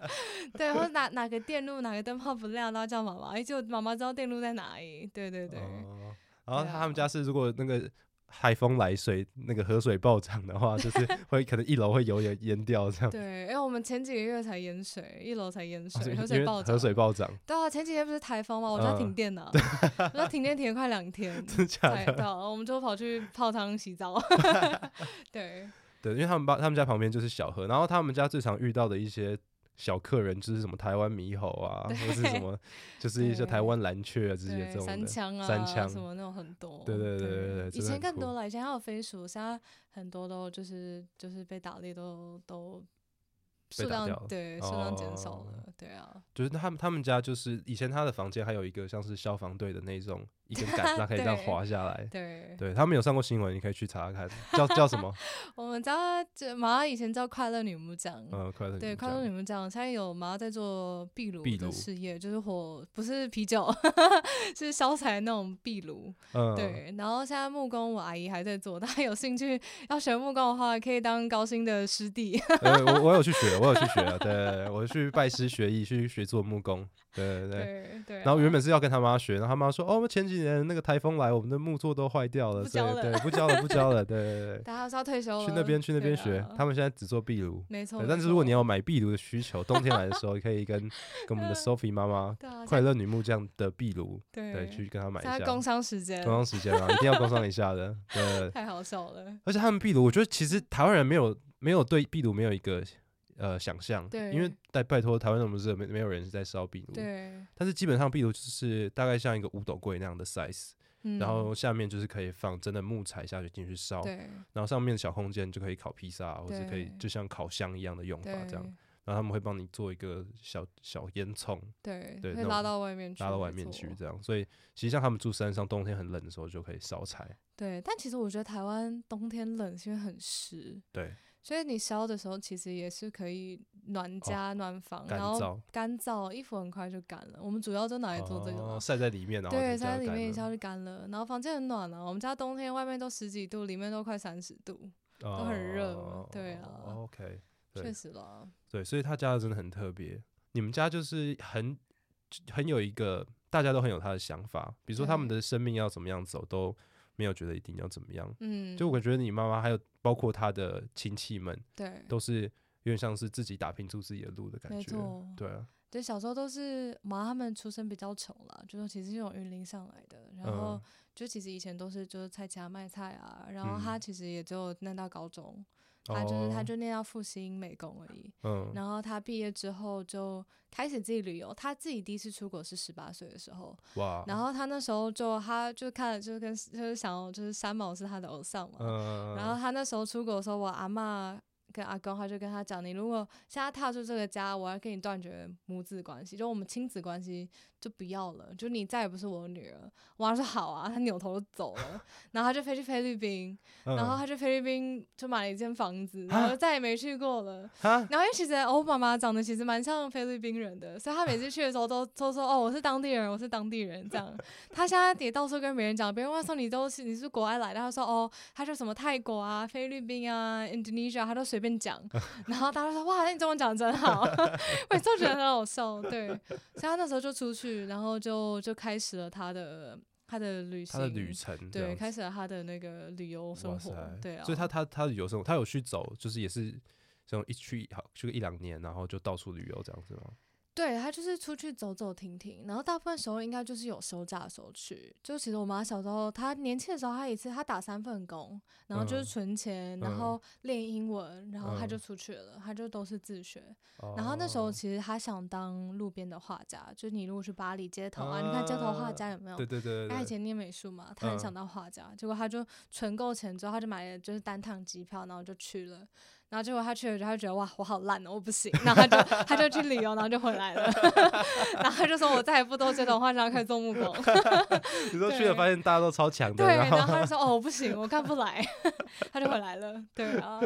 Speaker 2: 对，或者哪哪个电路哪个灯泡不亮，然后叫妈妈，哎，就妈妈知道电路在哪里。对对对，
Speaker 1: 哦然后
Speaker 2: 对
Speaker 1: 他们
Speaker 2: 啊
Speaker 1: 家是如果那个海风来水那个河水暴涨的话，就是会可能一楼会有点淹掉这样。
Speaker 2: 对，因哎为我们前几个月才淹水，一楼才淹
Speaker 1: 哦所
Speaker 2: 水，
Speaker 1: 以
Speaker 2: 河
Speaker 1: 因
Speaker 2: 水
Speaker 1: 为
Speaker 2: 暴
Speaker 1: 河
Speaker 2: 涨。
Speaker 1: 水暴涨，
Speaker 2: 对啊，前几天不是台风吗？我就要停
Speaker 1: 嗯
Speaker 2: 电了、我就要停电停了快两天，
Speaker 1: 真假
Speaker 2: 才
Speaker 1: 的？
Speaker 2: 对啊，我们就跑去泡汤洗 澡。对，
Speaker 1: 对，因为他们把他们家旁边就是小河，然后他们家最常遇到的一些小客人就是什么台湾猕猴啊，或是什
Speaker 2: 对
Speaker 1: 么，就是一些台
Speaker 2: 对
Speaker 1: 湾蓝雀啊这些
Speaker 2: 对
Speaker 1: 这，种
Speaker 2: 三
Speaker 1: 的。
Speaker 2: 枪啊，
Speaker 1: 三枪
Speaker 2: 什么那种很多。
Speaker 1: 对对对对对真的
Speaker 2: 以前
Speaker 1: 很
Speaker 2: 更
Speaker 1: 酷
Speaker 2: 多了，以前还有飞鼠，现在很多都就是就是被打猎都都
Speaker 1: 被
Speaker 2: 数
Speaker 1: 打
Speaker 2: 量
Speaker 1: 掉了
Speaker 2: 对数量减少
Speaker 1: 哦
Speaker 2: 了，对啊，
Speaker 1: 就是他们他们家就是以前他的房间还有一个像是消防队的那 种一根杆子，它可以这样
Speaker 2: 对
Speaker 1: 滑下来。
Speaker 2: 对。
Speaker 1: 对他们有上过新闻，你可以去查查看，叫叫什 么？
Speaker 2: 我们家这麻以前叫快乐女木匠，
Speaker 1: 呃，快乐
Speaker 2: 对，
Speaker 1: 女
Speaker 2: 快乐
Speaker 1: 将
Speaker 2: 女木匠现在有麻在做壁炉
Speaker 1: 壁
Speaker 2: 的
Speaker 1: 炉
Speaker 2: 事业，就是火不是啤酒， 是烧柴那种壁炉。
Speaker 1: 嗯，
Speaker 2: 对，然后现在木工我阿姨还在做， 大家有兴趣要学木工的话，可以当高薪的师弟。
Speaker 1: 呃，我我有去学，我有去学，啊对，我去拜师学艺，去学做木工，对对对。
Speaker 2: 对对啊，
Speaker 1: 然后原本是要跟他妈学，然后他妈说：“哦，前几年那个台风来，我们的木座都坏掉了，
Speaker 2: 不
Speaker 1: 所
Speaker 2: 教
Speaker 1: 以
Speaker 2: 了
Speaker 1: 对，不教了，不教 了，对对
Speaker 2: 大家是要退休
Speaker 1: 对，
Speaker 2: 了，
Speaker 1: 去那边去那边
Speaker 2: 对
Speaker 1: 学。
Speaker 2: 啊
Speaker 1: 他们现在只做壁炉，
Speaker 2: 没错
Speaker 1: 对。，但
Speaker 2: 没
Speaker 1: 是如果你
Speaker 2: 错
Speaker 1: 要买壁炉的需求，冬天来的时候，可以 跟跟我
Speaker 2: 嗯
Speaker 1: 们的 Sophie 妈妈
Speaker 2: 对啊，
Speaker 1: 快
Speaker 2: 现
Speaker 1: 乐女木匠的壁炉，
Speaker 2: 在
Speaker 1: 对，
Speaker 2: 对，
Speaker 1: 去跟她买一
Speaker 2: 现在
Speaker 1: 下。
Speaker 2: 工
Speaker 1: 工
Speaker 2: 商时间，
Speaker 1: 商时间啊，一定要工商一下 的，对。
Speaker 2: 太好笑了。
Speaker 1: 而且他们壁炉，我觉得其实台湾人没有没有对壁炉没有一个呃想象，
Speaker 2: 对
Speaker 1: 因为拜拜托台湾那么热，没没有人是在烧壁炉，
Speaker 2: 对，
Speaker 1: 但是基本上壁炉就是大概像一个五斗柜那样的 size，、
Speaker 2: 嗯，
Speaker 1: 然后下面就是可以放真的木材下去进去烧，然
Speaker 2: 对
Speaker 1: 后上面的小空间就可以烤披萨啊，或者可以
Speaker 2: 对
Speaker 1: 就像烤箱一样的用法
Speaker 2: 对
Speaker 1: 嗯这样。然后他们会帮你做一个小小烟囱
Speaker 2: 对
Speaker 1: 对
Speaker 2: 会
Speaker 1: 那
Speaker 2: 拉
Speaker 1: 种
Speaker 2: 到外面去，哦
Speaker 1: 拉到
Speaker 2: 没
Speaker 1: 外面
Speaker 2: 错
Speaker 1: 去，这样。所以其实像他们住山上，冬天很冷的时候就可以烧柴。
Speaker 2: 对，但其实我觉得台湾冬天冷是因为很湿，
Speaker 1: 对，
Speaker 2: 所以你烧的时候其实也是可以暖家、暖房，
Speaker 1: 哦干
Speaker 2: 哦然后
Speaker 1: 燥
Speaker 2: 干燥，衣服很快就干了。我们主要就拿来做这个嘛。
Speaker 1: 哦晒在里面，然后
Speaker 2: 对，
Speaker 1: 就这
Speaker 2: 在
Speaker 1: 样
Speaker 2: 里
Speaker 1: 干
Speaker 2: 面一下
Speaker 1: 了
Speaker 2: 就干了，然后房间很暖了、我们家冬天外面都十几度，里面都快三十度，都很热
Speaker 1: 哦
Speaker 2: 对啊
Speaker 1: ，OK，对
Speaker 2: 确实啦。
Speaker 1: 对，所以他家的真的很特别。你们家就是很很有一个，大家都很有他的想法，比如说他们
Speaker 2: 对
Speaker 1: 的生命要怎么样走，都没有觉得一定要怎么样。
Speaker 2: 嗯，
Speaker 1: 就我觉得你妈妈还有包括她的亲戚们，
Speaker 2: 对，
Speaker 1: 都是有点像是自己打拼出自己的路的感
Speaker 2: 没
Speaker 1: 觉
Speaker 2: 错。
Speaker 1: 对啊，
Speaker 2: 对，小时候都是妈他们出身比较穷啦，就说其实是从云林上来的，然后
Speaker 1: 嗯
Speaker 2: 就其实以前都是就是菜家卖菜啊，然后他
Speaker 1: 嗯
Speaker 2: 其实也只有念到高中，他就是他
Speaker 1: 哦
Speaker 2: 就念到复兴美工而已。
Speaker 1: 嗯
Speaker 2: 然后他毕业之后就开始自己旅游，他自己第一次出国是十八岁的时候，
Speaker 1: 哇，
Speaker 2: 然后他那时候就他就看就是跟就是想要就是三毛是他的偶像嘛，
Speaker 1: 嗯，
Speaker 2: 然后他那时候出国的时候，我阿嬷跟阿公，他就跟他讲，你如果现在踏出这个家，我要跟你断绝母子关系，就我们亲子关系就不要了，就你再也不是我女儿。我妈说好啊，她扭头就走了，然后他就飞去菲律宾，然后
Speaker 1: 嗯
Speaker 2: 他去菲律宾就买了一间房子，
Speaker 1: 啊
Speaker 2: 然后再也没去过了。
Speaker 1: 哈
Speaker 2: 然后因为其实欧妈妈长得其实蛮像菲律宾人的，所以她每次去的时候都都说哦我是当地人，我是当地人这样。她现在也到处跟别人讲，别人问她说你都是你是国外来的，她说哦她就什么泰国啊、菲律宾啊、Indonesia，她都随 便讲。然后大家说哇，你中文讲的真好，我也就觉得很好笑。对，所以她那时候就出去，然后就就开始了她的她的旅行，
Speaker 1: 他的旅程这
Speaker 2: 对，
Speaker 1: 样
Speaker 2: 开
Speaker 1: 子
Speaker 2: 始了她的那个旅游
Speaker 1: 哇
Speaker 2: 生活
Speaker 1: 塞，
Speaker 2: 对啊，
Speaker 1: 所以他他他有时候他有去走，就是也是这种一去好去个一两年，然后就到处旅游这样子吗？
Speaker 2: 对他就是出去走走停停，然后大部分时候应该就是有休假的时候去。就其实我妈小时候，她年轻的时候，她一次她打三份工，然后就是
Speaker 1: 嗯
Speaker 2: 存钱，然
Speaker 1: 嗯
Speaker 2: 后练英文，然后她
Speaker 1: 嗯
Speaker 2: 就出去了，她就都是自学。然后那时候
Speaker 1: 哦
Speaker 2: 其实她想当路边的画家，就是你如果去巴黎街头啊，你看街头画
Speaker 1: 啊
Speaker 2: 家有没有
Speaker 1: 对？对对对，
Speaker 2: 她以
Speaker 1: 对
Speaker 2: 前念美术嘛，她很想
Speaker 1: 嗯
Speaker 2: 当画家，结果她就存够钱之后，她就买了就是单趟机票，然后就去了。然后结果她去了之后，她就觉得哇，我好烂哦，我不行。然后她就她就去旅游，然后就回来了。 然后她就说，我再也不多这种画家，开始做木工。
Speaker 1: 你说去了
Speaker 2: 对
Speaker 1: 发现大家都超强的，
Speaker 2: 对，
Speaker 1: 然后
Speaker 2: 然后 她就说，哦，我不行，我干不来。 她就回来了。对啊，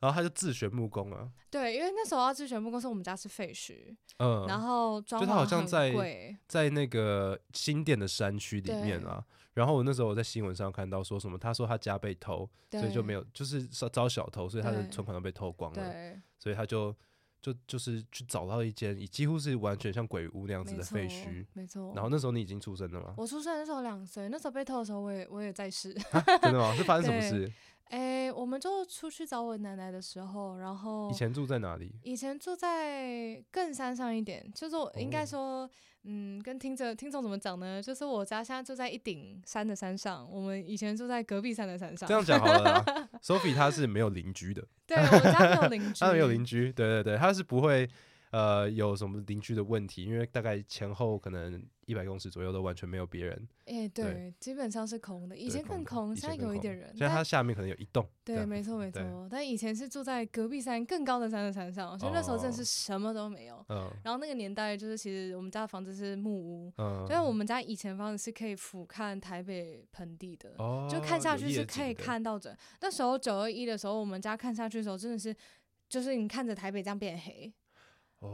Speaker 1: 然后他就自学木工啊，
Speaker 2: 对，因为那时候要去全部公司，我们家是废墟，
Speaker 1: 嗯，
Speaker 2: 然后装
Speaker 1: 就
Speaker 2: 潢
Speaker 1: 她好像
Speaker 2: 很
Speaker 1: 在
Speaker 2: 贵
Speaker 1: 在那个新店的山区里面
Speaker 2: 对
Speaker 1: 啊。然后我那时候我在新闻上看到说什么，他说他家被偷，所以就没
Speaker 2: 有
Speaker 1: 有，就是遭遭小偷，所以他的
Speaker 2: 对
Speaker 1: 存款都被偷光了，
Speaker 2: 对。
Speaker 1: 所以他就就就是去找到一间，以几乎是完全像鬼屋那样子
Speaker 2: 没
Speaker 1: 的
Speaker 2: 错
Speaker 1: 废墟。，
Speaker 2: 没错。
Speaker 1: 然后那时候你已经出生了吗？
Speaker 2: 我出生的时候两岁，那时候被偷的时候，我也我也在世。
Speaker 1: 真的吗？是发生什么
Speaker 2: 对
Speaker 1: 事？
Speaker 2: 哎、我们就出去找我奶奶的时候，然后
Speaker 1: 以前住在哪 里？
Speaker 2: 以前住在更山上一点，就是我应该
Speaker 1: 哦
Speaker 2: 说，嗯，跟听着听众怎么讲呢？就是我家现在住在一顶山的山上，我们以前住在隔壁山的山上
Speaker 1: 这。样讲好了啦。Sophie 她是没有邻居的，
Speaker 2: 对，我们家没有邻居，
Speaker 1: 她没有邻居，对对对，她是不会呃有什么邻居的问题，因为大概前后可能一百公尺左右都完全没有别人，
Speaker 2: 哎，对，基本上是空的，以前更空，
Speaker 1: 以
Speaker 2: 现在
Speaker 1: 前更
Speaker 2: 有一点
Speaker 1: 空
Speaker 2: 人，
Speaker 1: 所以它
Speaker 2: 但
Speaker 1: 下面可能有一栋这
Speaker 2: 对，
Speaker 1: 样，
Speaker 2: 没错没
Speaker 1: 对
Speaker 2: 错，但以前是住在隔壁山更高的山的山上，所以那时候真的
Speaker 1: 哦
Speaker 2: 是什么都没有。
Speaker 1: 嗯
Speaker 2: 然后那个年代就是，其实我们家的房子是木屋，
Speaker 1: 嗯，
Speaker 2: 但我们家以前房子是可以俯瞰台北盆地的，
Speaker 1: 哦
Speaker 2: 就看下
Speaker 1: 有
Speaker 2: 去
Speaker 1: 夜
Speaker 2: 是
Speaker 1: 景
Speaker 2: 可以
Speaker 1: 的
Speaker 2: 看到整。那时候九二一的时候，我们家看下去的时候，真的是就是你看着台北这样变黑。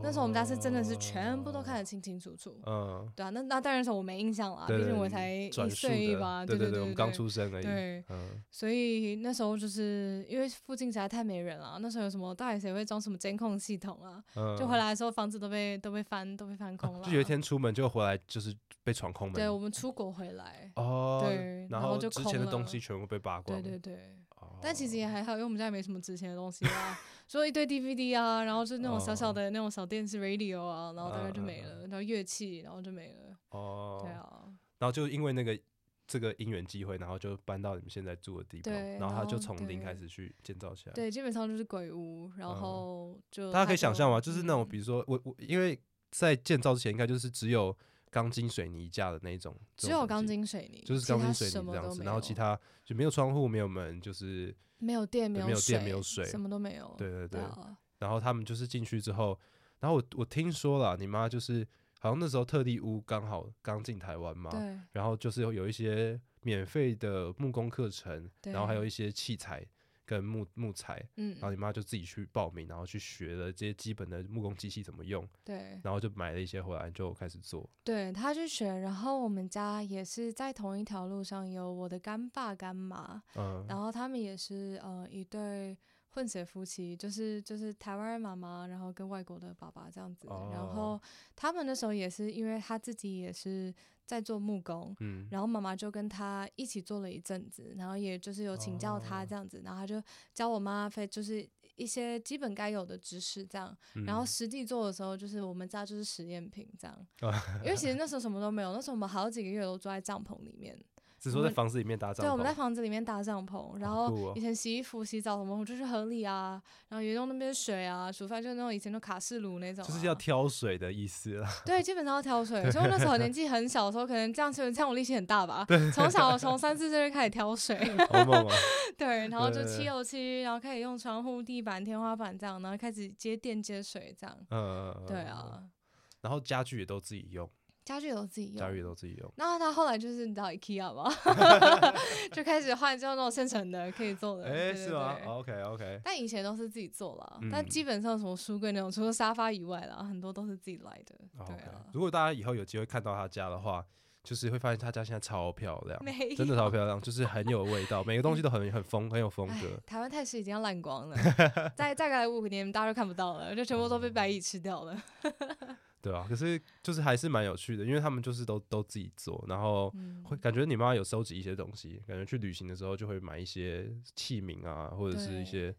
Speaker 2: 那时候我们家是真的是全部都看得
Speaker 1: 哦，
Speaker 2: 清清楚楚。
Speaker 1: 嗯，
Speaker 2: 对啊，那那当然是我没印象啦，
Speaker 1: 对
Speaker 2: 毕
Speaker 1: 对
Speaker 2: 竟我
Speaker 1: 你
Speaker 2: 才一
Speaker 1: 转述
Speaker 2: 岁
Speaker 1: 的
Speaker 2: 吧，
Speaker 1: 对
Speaker 2: 对
Speaker 1: 对，我们刚。出生而已，
Speaker 2: 对，
Speaker 1: 嗯，
Speaker 2: 所以那时候就是因为附近实在太没人了，那时候有什么到底谁会装什么监控系统啊？就回
Speaker 1: 嗯啊
Speaker 2: 来的时候房子都被都被翻都被翻空了、
Speaker 1: 就有一天出门就回来就是被闯空门，
Speaker 2: 对我们出国回来，
Speaker 1: 哦，
Speaker 2: 对
Speaker 1: 然
Speaker 2: 然后就
Speaker 1: 之前的
Speaker 2: 空
Speaker 1: 东
Speaker 2: 了
Speaker 1: 西全部被扒光
Speaker 2: 对
Speaker 1: 了，
Speaker 2: 对对。
Speaker 1: 哦，
Speaker 2: 但其实也还好，因为我们家也没什么值钱的东西啦，说一堆 DVD 啊，然后就那种小小
Speaker 1: 哦
Speaker 2: 的那种小电视 radio 啊，然后大概
Speaker 1: 嗯
Speaker 2: 就
Speaker 1: 嗯
Speaker 2: 没了，然后乐器，然后就没了。
Speaker 1: 哦，
Speaker 2: 对啊，
Speaker 1: 然后就因为那个这个因缘机会，然后就搬到你们现在住的地方，
Speaker 2: 对
Speaker 1: 然后他
Speaker 2: 然
Speaker 1: 就
Speaker 2: 后
Speaker 1: 从零
Speaker 2: 对
Speaker 1: 开始去建造起来。
Speaker 2: 对，基本上就是鬼屋，
Speaker 1: 嗯
Speaker 2: 然后就
Speaker 1: 大家可以想象吗？就是那种，
Speaker 2: 嗯
Speaker 1: 比如说我我，因为在建造之前，应该就是只有钢筋水泥架的那一种，这
Speaker 2: 只
Speaker 1: 种
Speaker 2: 有
Speaker 1: 东
Speaker 2: 钢
Speaker 1: 西，
Speaker 2: 筋水泥，
Speaker 1: 就是
Speaker 2: 其
Speaker 1: 钢
Speaker 2: 他
Speaker 1: 筋水
Speaker 2: 什
Speaker 1: 泥
Speaker 2: 么
Speaker 1: 这样
Speaker 2: 都
Speaker 1: 子，
Speaker 2: 没
Speaker 1: 然后其
Speaker 2: 有
Speaker 1: 他就没有窗户，没有门，就是
Speaker 2: 没有电，没
Speaker 1: 没有电
Speaker 2: 水，
Speaker 1: 没有水
Speaker 2: 什么都没有。
Speaker 1: 对对对。
Speaker 2: 啊
Speaker 1: 然后他们就是进去之后，然后我我听说了，你妈就是好像那时候特地屋刚好刚进台湾嘛，
Speaker 2: 对
Speaker 1: 然后就是有有一些免费的木工课程，
Speaker 2: 对
Speaker 1: 然后还有一些器材跟木木材，然后
Speaker 2: 嗯，
Speaker 1: 你妈就自己去报名，然后去学了这些基本的木工机器怎么用，
Speaker 2: 对
Speaker 1: 然后就买了一些回来就开始做。
Speaker 2: 对，他去选，然后我们家也是在同一条路上，有我的干爸干妈，
Speaker 1: 嗯，
Speaker 2: 然后他们也是呃一对混血夫妻，就是就是台湾人妈妈，然后跟外国的爸爸这样子。然
Speaker 1: 哦
Speaker 2: 后他们那时候也是因为他自己也是在做木工，
Speaker 1: 嗯，
Speaker 2: 然后妈妈就跟他一起做了一阵子，然后也就是有请教他
Speaker 1: 哦
Speaker 2: 这样子，然后他就教我妈非就是一些基本该有的知识这样。然后
Speaker 1: 嗯，
Speaker 2: 实际做的时候，就是我们家就是实验品这样因为其实那时候什么都没有，那时候我们好几个月都住在帐篷里面。
Speaker 1: 只说
Speaker 2: 我
Speaker 1: 在
Speaker 2: 们
Speaker 1: 房子里面搭帐
Speaker 2: 对，我们在
Speaker 1: 篷，
Speaker 2: 房子里面搭帐篷，然
Speaker 1: 好酷
Speaker 2: 后
Speaker 1: 哦
Speaker 2: 以前洗衣服、洗澡什么，我就去河里啊，然后也用那边的水啊，煮饭就那种以前的卡式炉那种、啊，
Speaker 1: 就是要挑水的意思 啦。
Speaker 2: 对，基本上要挑水。所以 我那时候年纪很小的时候，可能这样这样我力气很大吧，对，从小从三四岁就开始 挑水，
Speaker 1: 好猛啊！
Speaker 2: 对，然后就
Speaker 1: 对
Speaker 2: 漆油漆，然后开始用窗户、地板、天花板这样，然后开始接电接水这样，
Speaker 1: 嗯，
Speaker 2: 对。啊，
Speaker 1: 然后家具也都自己用，
Speaker 2: 家具也都自己
Speaker 1: 家具也
Speaker 2: 用。
Speaker 1: 都自己用。
Speaker 2: 那他后来就是你知道 IKEA 吗？就开始换，就那种现成的可以做的。
Speaker 1: 哎，
Speaker 2: 对
Speaker 1: 是
Speaker 2: 对
Speaker 1: 吗
Speaker 2: 对
Speaker 1: ？OK OK，
Speaker 2: 但以前都是自己做啦，
Speaker 1: 嗯
Speaker 2: 但基本上什么书柜那种，除了沙发以外啦，很多都是自己来的。对
Speaker 1: OK
Speaker 2: 啊，
Speaker 1: 如果大家以后有机会看到他家的话，就是会发现他家现在超漂亮，
Speaker 2: 没
Speaker 1: 真的超漂亮，就是很有味道，每个东西都很很风很有风
Speaker 2: 哎
Speaker 1: 格。
Speaker 2: 台湾太市已经要 烂光了，再再来五年大家都看不到了，就全部
Speaker 1: 哦
Speaker 2: 都被白蚁吃掉了。
Speaker 1: 对啊，可是就是还是蛮有趣的，因为他们就是都都自己做，然后
Speaker 2: 嗯，
Speaker 1: 会感觉你妈有收集一些东西，感觉去旅行的时候就会买一些器皿啊，或者是一
Speaker 2: 对
Speaker 1: 些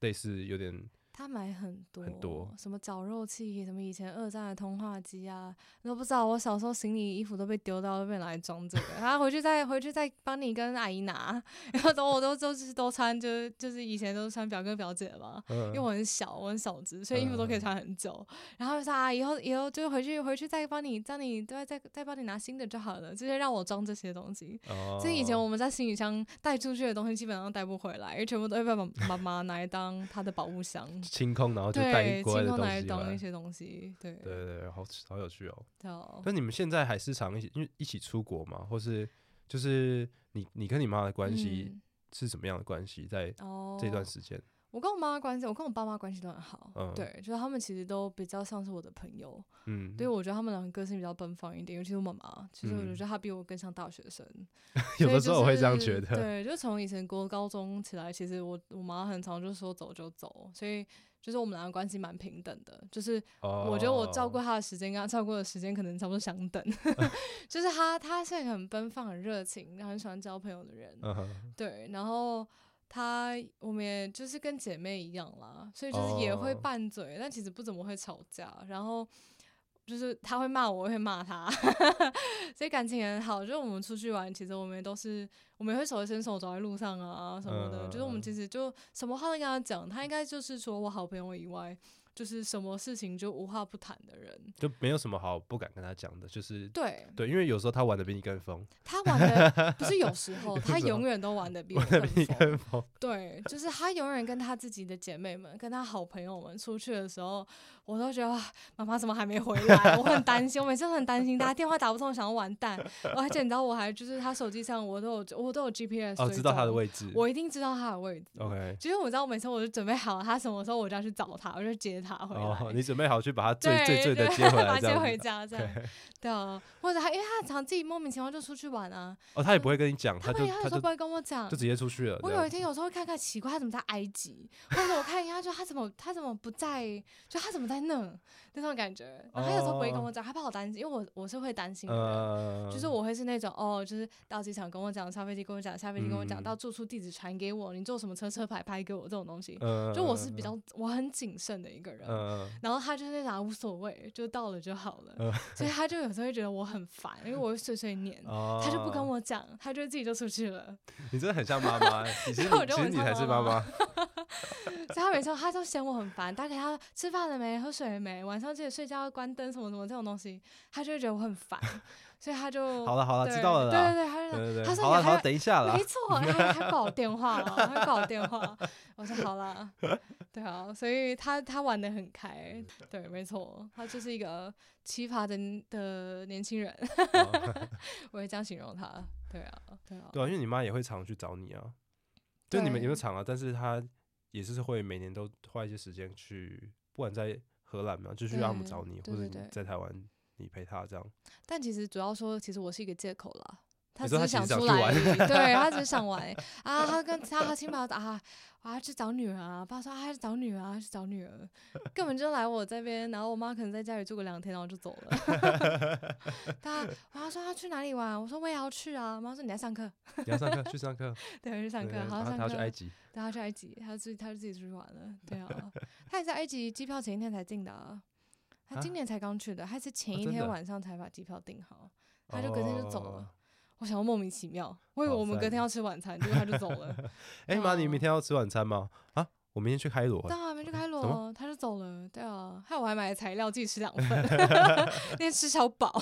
Speaker 1: 类似有点
Speaker 2: 他买很多
Speaker 1: 很多
Speaker 2: 什么绞肉器，什么以前二战的通话机啊，你都不知道。我小时候行李衣服都被丢掉，都被拿来装这个，然后回去再回去再帮你跟阿姨拿，然后等我都都是都穿，就是就是以前都是穿表哥表姐的嘛，
Speaker 1: 嗯
Speaker 2: 因为我很小，我很小只，所以衣服都可以穿很久。然后他就说啊，以后以后就回去回去再帮你，帮你对，再再帮你拿新的就好了，直接让我装这些东西。
Speaker 1: 哦，
Speaker 2: 所以以前我们在行李箱带出去的东西，基本上带不回来，因为全部都会被妈妈妈拿来当她的保护箱。
Speaker 1: 清空，哦然后就带
Speaker 2: 对，
Speaker 1: 一
Speaker 2: 清
Speaker 1: 国外的
Speaker 2: 空
Speaker 1: 东
Speaker 2: 拿来
Speaker 1: 西回
Speaker 2: 当一
Speaker 1: 来。
Speaker 2: 些东西，对
Speaker 1: 对对对，好好有趣哦。
Speaker 2: 叫
Speaker 1: 那你们现在还是常一起，因为一起出国嘛，或是就是你你跟你妈的关系
Speaker 2: 嗯
Speaker 1: 是什么样的关系？在
Speaker 2: 哦
Speaker 1: 这段时间，
Speaker 2: 我跟我妈妈关系，我跟我爸妈关系都很好，
Speaker 1: 嗯
Speaker 2: 对，就是他们其实都比较像是我的朋友，
Speaker 1: 嗯，
Speaker 2: 对，我觉得他们两个个性比较奔放一点，尤其是我妈妈，其实我
Speaker 1: 嗯
Speaker 2: 觉得她比我更像大学生。
Speaker 1: 有
Speaker 2: 所以
Speaker 1: 的
Speaker 2: 就
Speaker 1: 时候我会这样觉
Speaker 2: 是
Speaker 1: 得，
Speaker 2: 对，就从以前国高中起来，其实我我妈很常就说走就走，所以就是我们两个关系蛮平等的。就是我
Speaker 1: 我
Speaker 2: 觉得我
Speaker 1: 哦
Speaker 2: 照顾她的时间跟她照顾的时间可能差不多相等， 就是她她是一个很奔放、很热情，然后很喜欢交朋友的人。
Speaker 1: 嗯哼，
Speaker 2: 对，然后她我们也就是跟姐妹一样啦，所以就是也会
Speaker 1: 哦
Speaker 2: 拌嘴，但其实不怎么会吵架。然后就是她会骂我，我也会骂她， 所以感情很好。就是我们出去玩，其实我们也都是我们也会手牵手走在路上啊什么的。就是
Speaker 1: 嗯
Speaker 2: 我
Speaker 1: 嗯嗯
Speaker 2: 们其实就什么话都跟她讲，她应该就是除了我好朋友以外，就是什么事情就无话不谈的人。
Speaker 1: 就没有什么好不敢跟他讲的，就是
Speaker 2: 对
Speaker 1: 对，因为有时候他玩的比你更疯，
Speaker 2: 他 玩的不是有时候，他
Speaker 1: 时候
Speaker 2: 永远都玩的比我
Speaker 1: 玩的比你
Speaker 2: 更疯
Speaker 1: 更。疯，
Speaker 2: 对，就是他永远跟他自己的姐妹们、跟他好朋友们出去的时候，我都觉得啊妈妈怎么还没回来，我很担心，我每次都很担心他，电话打不通，想要完蛋。而且你知道，我还就是他手机上我都有我都有 GPS，
Speaker 1: 哦，
Speaker 2: 追
Speaker 1: 知道他的
Speaker 2: 踪
Speaker 1: 位置
Speaker 2: 我一定知道他的位置。
Speaker 1: ，OK，
Speaker 2: 其实我知道，每次我就准备好他什么时候我就要去找他，我就接他回来。
Speaker 1: 哦，你准备好去把他
Speaker 2: 对
Speaker 1: 最最最的
Speaker 2: 对
Speaker 1: 接回
Speaker 2: 把
Speaker 1: 来
Speaker 2: 他
Speaker 1: 这
Speaker 2: 接回
Speaker 1: 样子，
Speaker 2: 家这样，对啊，或者他因为他常自己莫名其妙就出去玩啊，
Speaker 1: 哦，他也不会跟你讲，
Speaker 2: 他
Speaker 1: 他
Speaker 2: 不
Speaker 1: 就
Speaker 2: 会，他有
Speaker 1: 他
Speaker 2: 时候
Speaker 1: 就
Speaker 2: 不会跟我讲
Speaker 1: 就，直接出去了，
Speaker 2: 我
Speaker 1: 这
Speaker 2: 有
Speaker 1: 样
Speaker 2: 一天有时候会看看奇怪，他怎么在埃及，或者我看一下，就他怎么他怎么不在，就他怎么在那那种感觉。然后他有时候不会跟我讲，他怕我担心，因为我我是会担心的人。
Speaker 1: 哦呃，
Speaker 2: 就是我会是那种哦，就是到机场跟我讲，上飞机跟我讲，下飞机跟我讲，
Speaker 1: 嗯
Speaker 2: 到住宿地址传给我，你坐什么车车牌拍给我这种东西，
Speaker 1: 呃，
Speaker 2: 就我是比较我很谨慎的一个人。
Speaker 1: 呃，
Speaker 2: 然后他就是啊拿无所谓，就到了就好了，
Speaker 1: 嗯
Speaker 2: 所以他就有时候会觉得我很烦，因为我会碎碎念，
Speaker 1: 哦，
Speaker 2: 他就不跟我讲，他就自己就出去了。
Speaker 1: 你真的很像妈 妈欸，你其实
Speaker 2: 我
Speaker 1: 你
Speaker 2: 觉
Speaker 1: 其
Speaker 2: 得我
Speaker 1: 实你
Speaker 2: 像
Speaker 1: 才是
Speaker 2: 妈
Speaker 1: 妈
Speaker 2: 妈
Speaker 1: 妈，
Speaker 2: 所以他每次他都嫌我很烦，大概他吃饭了没，喝水了没，晚上记得睡觉要关灯什么什么这种东西，他就会觉得我很烦， 所以他就
Speaker 1: 好了好了，
Speaker 2: 对
Speaker 1: 知道了
Speaker 2: 对
Speaker 1: 啦，
Speaker 2: 对对，他就
Speaker 1: 对对
Speaker 2: 他
Speaker 1: 对，
Speaker 2: 说
Speaker 1: 好
Speaker 2: 你
Speaker 1: 了
Speaker 2: 还
Speaker 1: 好了，
Speaker 2: 有
Speaker 1: 等一下啦
Speaker 2: 没，错，他还挂我电话哦，他挂我电话，我说好啦，对啊，所以他他玩的很开，对，没错，他就是一个奇葩的的年轻人，
Speaker 1: 哦
Speaker 2: 我会这样形容他，对啊，对啊，
Speaker 1: 对啊，因为你妈也会常去找你啊，就你们也
Speaker 2: 对
Speaker 1: 会常啊，但是她也是会每年都花一些时间去，不管在荷兰嘛，就去让他们
Speaker 2: 对
Speaker 1: 找你，
Speaker 2: 对
Speaker 1: 或者你
Speaker 2: 对对
Speaker 1: 在台湾你陪她这样，
Speaker 2: 但其实主要说，其实我是一个借口啦。他
Speaker 1: 你
Speaker 2: 只
Speaker 1: 说
Speaker 2: 是
Speaker 1: 他其实想
Speaker 2: 出
Speaker 1: 去
Speaker 2: 来而
Speaker 1: 玩
Speaker 2: 已， 对他只是想玩啊。他跟他和亲朋友打啊，我要去找女儿啊。爸说啊，要去找女儿啊，要去找女儿，根本就来我这边。然后我妈可能在家里住个两天，然后就走了。 他我妈说要去哪里玩，我说我也要去啊。我妈说你来上课，
Speaker 1: 你要上课去上课，
Speaker 2: 对，去 上
Speaker 1: 对
Speaker 2: 课，
Speaker 1: 对
Speaker 2: 好
Speaker 1: 她
Speaker 2: 上
Speaker 1: 她要去
Speaker 2: 课
Speaker 1: 埃，及，
Speaker 2: 对，他去埃及，他自己他就自己出去玩了，对啊，他也在埃及，机票前一天才订的、啊，他
Speaker 1: 啊
Speaker 2: 今年才刚去的，他是前
Speaker 1: 哦
Speaker 2: 一
Speaker 1: 真
Speaker 2: 天
Speaker 1: 的
Speaker 2: 晚上才把机票订好，他就隔天就走
Speaker 1: 哦
Speaker 2: 了。我想要莫名其妙，我以为
Speaker 1: 好
Speaker 2: 我们隔
Speaker 1: 赞
Speaker 2: 天要吃晚餐，结果他就走了，
Speaker 1: 哎、妈，你
Speaker 2: 哦
Speaker 1: 明天要吃晚餐吗？啊， 我明天去开罗、
Speaker 2: 但我还没去开
Speaker 1: 怎么
Speaker 2: 罗，啊他就走了。对啊，害我还买了材料自己吃两 份，那天吃小饱。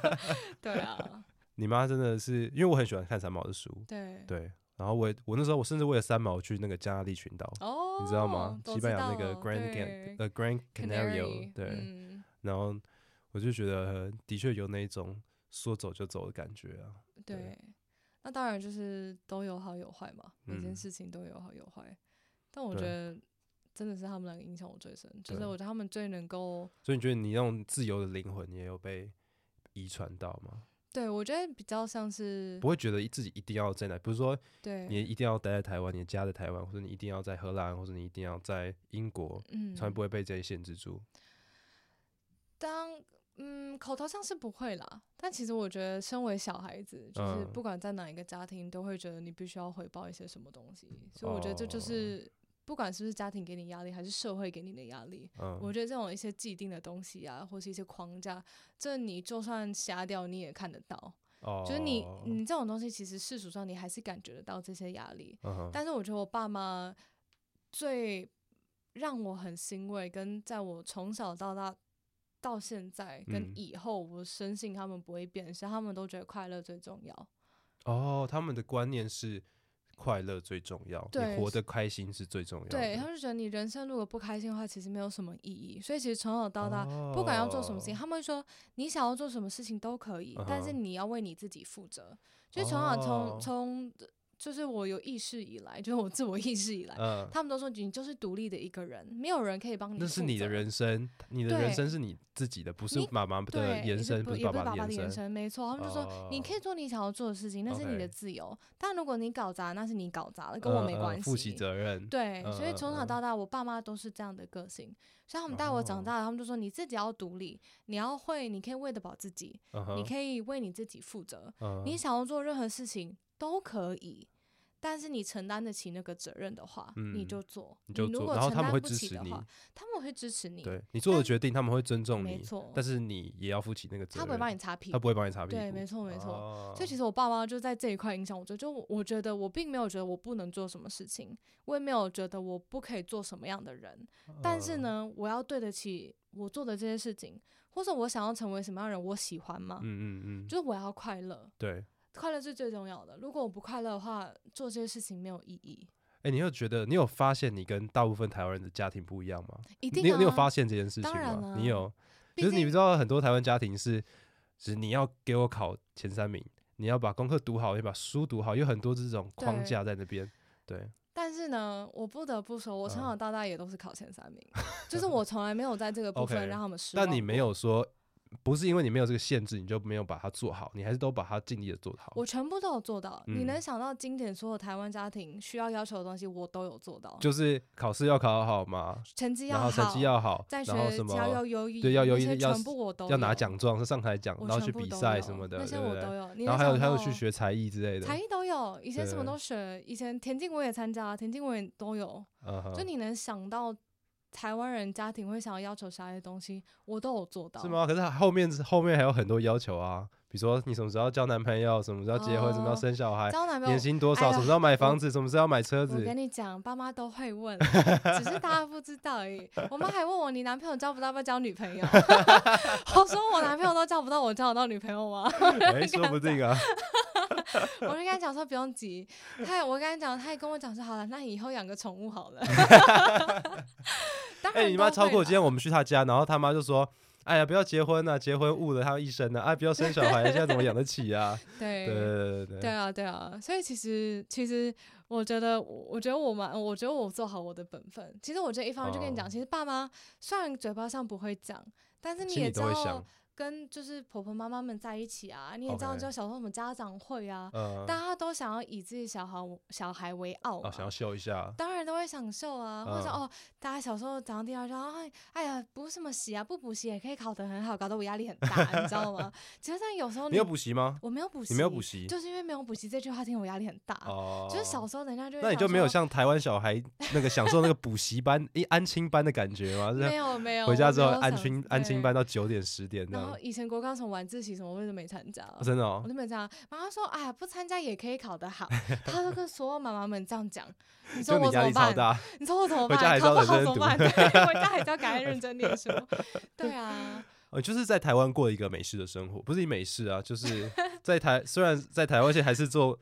Speaker 2: 对啊，
Speaker 1: 你妈真的是，因为我很喜欢看三毛的书，
Speaker 2: 对
Speaker 1: 对。然后我也我那时候我甚至为了三毛去那个加那利群岛，
Speaker 2: 哦，
Speaker 1: 你知道吗？
Speaker 2: 都
Speaker 1: 西
Speaker 2: 知
Speaker 1: 班牙那个
Speaker 2: 道
Speaker 1: Grand
Speaker 2: 对
Speaker 1: Can 呃 Grand Canario，
Speaker 2: Canary，
Speaker 1: 对。
Speaker 2: 嗯
Speaker 1: 然后我就觉得、呃的确有那一种说走就走的感觉啊。对
Speaker 2: 对，那当然就是都有好有坏嘛，每件
Speaker 1: 嗯
Speaker 2: 事情都有好有坏。但我觉
Speaker 1: 对
Speaker 2: 得真的是他们两个影响我最深，就是
Speaker 1: 对
Speaker 2: 我觉得他们最能够，
Speaker 1: 所以你觉得你那种自由的灵魂也有被遗传到吗？
Speaker 2: 对我觉得比较像是
Speaker 1: 不会觉得自己一定要在哪，比如说
Speaker 2: 对，
Speaker 1: 你一定要待在台湾，你的家在台湾，或者你一定要在荷兰，或者你一定要在英国，
Speaker 2: 嗯，
Speaker 1: 从来不会被这些限制住。
Speaker 2: 当嗯口头上是不会啦，但其实我觉得身为小孩子，就是
Speaker 1: 嗯
Speaker 2: 不管在哪一个家庭，都会觉得你必须要回报一些什么东西，所以我觉得这就
Speaker 1: 哦
Speaker 2: 是。不管是不是家庭给你压力，还是社会给你的压力，
Speaker 1: 嗯，
Speaker 2: 我觉得这种一些既定的东西啊，或是一些框架，这你就算瞎掉你也看得到。
Speaker 1: 哦，
Speaker 2: 就是你你这种东西，其实世俗上你还是感觉得到这些压力。
Speaker 1: 嗯哼，
Speaker 2: 但是我觉得我爸妈最让我很欣慰，跟在我从小到大到现在跟
Speaker 1: 嗯
Speaker 2: 以后，我深信他们不会变，是他们都觉得快乐最重要。
Speaker 1: 哦，他们的观念是快乐最重要，你
Speaker 2: 对
Speaker 1: 活得开心是最重要的。
Speaker 2: 对，他们就觉得你人生如果不开心的话，其实没有什么意义。所以其实从小到大，不管要做什么事情，
Speaker 1: 哦，
Speaker 2: 他们会说你想要做什么事情都可以，但是
Speaker 1: 嗯哼
Speaker 2: 你要为你自己负责。就是从小从
Speaker 1: 哦
Speaker 2: 从就是我有意识以来，就是我自我意识以来，
Speaker 1: 嗯，
Speaker 2: 他们都说你就是独立的一个人，没有人可以帮你。
Speaker 1: 那是你的，人生，你的
Speaker 2: 对
Speaker 1: 人生是你自己的，不是
Speaker 2: 你
Speaker 1: 妈妈的
Speaker 2: 对，也
Speaker 1: 延伸，哦
Speaker 2: 不
Speaker 1: 是
Speaker 2: 也不是
Speaker 1: 爸
Speaker 2: 爸
Speaker 1: 的
Speaker 2: 的
Speaker 1: 延
Speaker 2: 延。伸，没错。他们就说你可以做你想要做的事情，那是你的
Speaker 1: OK
Speaker 2: 自由。但如果你搞砸，那是你搞砸了，跟我没
Speaker 1: 嗯嗯
Speaker 2: 关系。
Speaker 1: 负起责任。
Speaker 2: 对，所以
Speaker 1: 嗯
Speaker 2: 从
Speaker 1: 嗯
Speaker 2: 小到大，我爸妈都是这样的个性。所以他们带我长
Speaker 1: 哦
Speaker 2: 大，他们就说你自己要独立，你要会，你可以喂得饱自己，
Speaker 1: 嗯哼，
Speaker 2: 你可以为你自己负责，
Speaker 1: 嗯
Speaker 2: 你想要做任何事情都可以。但是你承担得起那个责任的话，你
Speaker 1: 嗯
Speaker 2: 就做。
Speaker 1: 你就
Speaker 2: 如
Speaker 1: 做，
Speaker 2: 果
Speaker 1: 然后
Speaker 2: 承
Speaker 1: 他们
Speaker 2: 担
Speaker 1: 会
Speaker 2: 不
Speaker 1: 支
Speaker 2: 起
Speaker 1: 持
Speaker 2: 的
Speaker 1: 你，
Speaker 2: 话，他们会支持你。
Speaker 1: 对你做的
Speaker 2: 但
Speaker 1: 决定，他们会尊重
Speaker 2: 没
Speaker 1: 你，
Speaker 2: 错。
Speaker 1: 但是你也要负起那个责
Speaker 2: 他
Speaker 1: 任，
Speaker 2: 不会帮你擦屁
Speaker 1: 他
Speaker 2: 股。
Speaker 1: 不会帮你擦屁股，
Speaker 2: 对，没错，没错。
Speaker 1: 哦
Speaker 2: 所以其实我爸妈就在这一块影响我，就就我我觉得我并没有觉得我不能做什么事情，我也没有觉得我不可以做什么样的人，但是
Speaker 1: 嗯
Speaker 2: 呢，我要对得起我做的这些事情，或者我想要成为什么样的人，我喜欢吗？
Speaker 1: 嗯嗯嗯，
Speaker 2: 就是我要快乐，
Speaker 1: 对，
Speaker 2: 快乐是最重要的。如果我不快乐的话，做这些事情没有意义。
Speaker 1: 哎、你有觉得你有发现你跟大部分台湾人的家庭不一样吗？
Speaker 2: 一定、啊、
Speaker 1: 你有你有发现这件事情
Speaker 2: 当然
Speaker 1: 吗？
Speaker 2: 啊
Speaker 1: 你有，
Speaker 2: 毕
Speaker 1: 就是你
Speaker 2: 竟
Speaker 1: 知道很多台湾家庭是，只你要给我考前三名，你要把功课读好，要把书读好，有很多这种框
Speaker 2: 对
Speaker 1: 架在那边。对，
Speaker 2: 但是呢，我不得不说，我从
Speaker 1: 嗯
Speaker 2: 小到大也都是考前三名，就是我从来没有在这个部
Speaker 1: OK，
Speaker 2: 分让他们失望。
Speaker 1: 但你没有说，不是因为你没有这个限制，你就没有把它做好，你还是都把它尽力的做好。
Speaker 2: 我全部都有做到。你
Speaker 1: 哦嗯
Speaker 2: 能想到经典所有台湾家庭需要要求的东西，我都有做到。
Speaker 1: 就是考试要考好嘛，
Speaker 2: 成绩要
Speaker 1: 然
Speaker 2: 好，
Speaker 1: 后成绩要好，
Speaker 2: 在学
Speaker 1: 然后什
Speaker 2: 要要
Speaker 1: 么
Speaker 2: 优异，
Speaker 1: 对要优
Speaker 2: 那
Speaker 1: 异
Speaker 2: 些
Speaker 1: 要
Speaker 2: 全部我都
Speaker 1: 要拿
Speaker 2: 有，
Speaker 1: 奖状，上台讲，
Speaker 2: 我
Speaker 1: 然后
Speaker 2: 全
Speaker 1: 去
Speaker 2: 部
Speaker 1: 比
Speaker 2: 都
Speaker 1: 赛
Speaker 2: 有
Speaker 1: 什么的，
Speaker 2: 那些
Speaker 1: 对不
Speaker 2: 我
Speaker 1: 对
Speaker 2: 都有。你
Speaker 1: 然后
Speaker 2: 能
Speaker 1: 还有
Speaker 2: 想
Speaker 1: 还有
Speaker 2: 到
Speaker 1: 去学才艺之类的，
Speaker 2: 才艺都有，以前什么
Speaker 1: 对
Speaker 2: 都学，以前田径我也参加，田径我也都有。
Speaker 1: 嗯哼
Speaker 2: 就你能想到台湾人家庭会想要要求啥些东西，我都有做到。
Speaker 1: 是？吗？可是后面后面还有很多要求啊，比如说你什么时候要交男朋友，什么时候要结婚，什么时候
Speaker 2: 哦
Speaker 1: 生小孩，
Speaker 2: 交男朋
Speaker 1: 年
Speaker 2: 友，
Speaker 1: 薪多
Speaker 2: 哎
Speaker 1: 少，
Speaker 2: 呀
Speaker 1: 什么时候买房子，什么时候要买车
Speaker 2: 我
Speaker 1: 子，
Speaker 2: 跟你讲，爸妈都会问，只是大家不知道而已。我妈还问我，你男朋友交不到，要不要交女朋友？ 我说我男朋友都交不到，我交得到女朋友吗？
Speaker 1: 哎，说不定啊，
Speaker 2: 我就跟他讲说不用急，他也我跟他讲，他也跟我讲说好了，那以后养个宠物好了。 当然、
Speaker 1: 哎，你妈超过今天我们去她家，然后她妈就说。哎呀，不要结婚啊！结婚误了她一生呢、啊！哎，不要生小孩，现在怎么养得起 啊？对
Speaker 2: 对
Speaker 1: 对对
Speaker 2: 对啊对啊，所以其实其实我觉得我我觉得我蛮我觉得我做好我的本分。其实我觉得一方面就跟你讲，
Speaker 1: 哦
Speaker 2: 其实爸妈虽然嘴巴上不会讲，但是
Speaker 1: 对，
Speaker 2: 你
Speaker 1: 心里
Speaker 2: 也知
Speaker 1: 都会
Speaker 2: 道
Speaker 1: 想，
Speaker 2: 跟就是婆婆妈妈们在一起啊，你也知道
Speaker 1: OK
Speaker 2: 就小时候我们家长会啊，
Speaker 1: 嗯，
Speaker 2: 大家都想要以自己小孩小孩为傲嘛、
Speaker 1: 哦，想要秀一下，
Speaker 2: 当然都会享受啊，或者
Speaker 1: 嗯
Speaker 2: 哦，大家小时候长到第二天，哎哎呀，补什么习啊，不补习也可以考得很好，搞得我压力很大，你知 道吗？其实但有时候
Speaker 1: 你有补习吗？
Speaker 2: 我没有补习，
Speaker 1: 你没有补，习
Speaker 2: 就是因为没有补习这句话听我压力很大，
Speaker 1: 哦，
Speaker 2: 就是小时候人家就会
Speaker 1: 那你就
Speaker 2: 想
Speaker 1: 没有
Speaker 2: 说
Speaker 1: 像台湾小孩那个享受那个补习班、一安亲班的感觉 吗？就是
Speaker 2: 没有没有
Speaker 1: 回家之后
Speaker 2: 我没有
Speaker 1: 安
Speaker 2: 想
Speaker 1: 亲安亲
Speaker 2: 对
Speaker 1: 班到九点十点这
Speaker 2: 然后
Speaker 1: 样，
Speaker 2: 以前国高中晚自习什么我都没参加，
Speaker 1: 哦真的哦
Speaker 2: 我，都没参加。妈妈说哎呀，不参加也可以考得 好，她都跟所有妈妈们这样讲，你说
Speaker 1: 就
Speaker 2: 我
Speaker 1: 你
Speaker 2: 怎
Speaker 1: 压
Speaker 2: 么
Speaker 1: 力超
Speaker 2: 办？
Speaker 1: 大，
Speaker 2: 你说我怎么
Speaker 1: 回
Speaker 2: 办？
Speaker 1: 家还是要
Speaker 2: 考不
Speaker 1: 认
Speaker 2: 好
Speaker 1: 真
Speaker 2: 怎么
Speaker 1: 读
Speaker 2: 办？对，回家还是要赶快认真念书。对啊，
Speaker 1: 我哦就是在台湾过一个美式的生活，不是美式啊，就是 在台虽然在台湾现在还是做。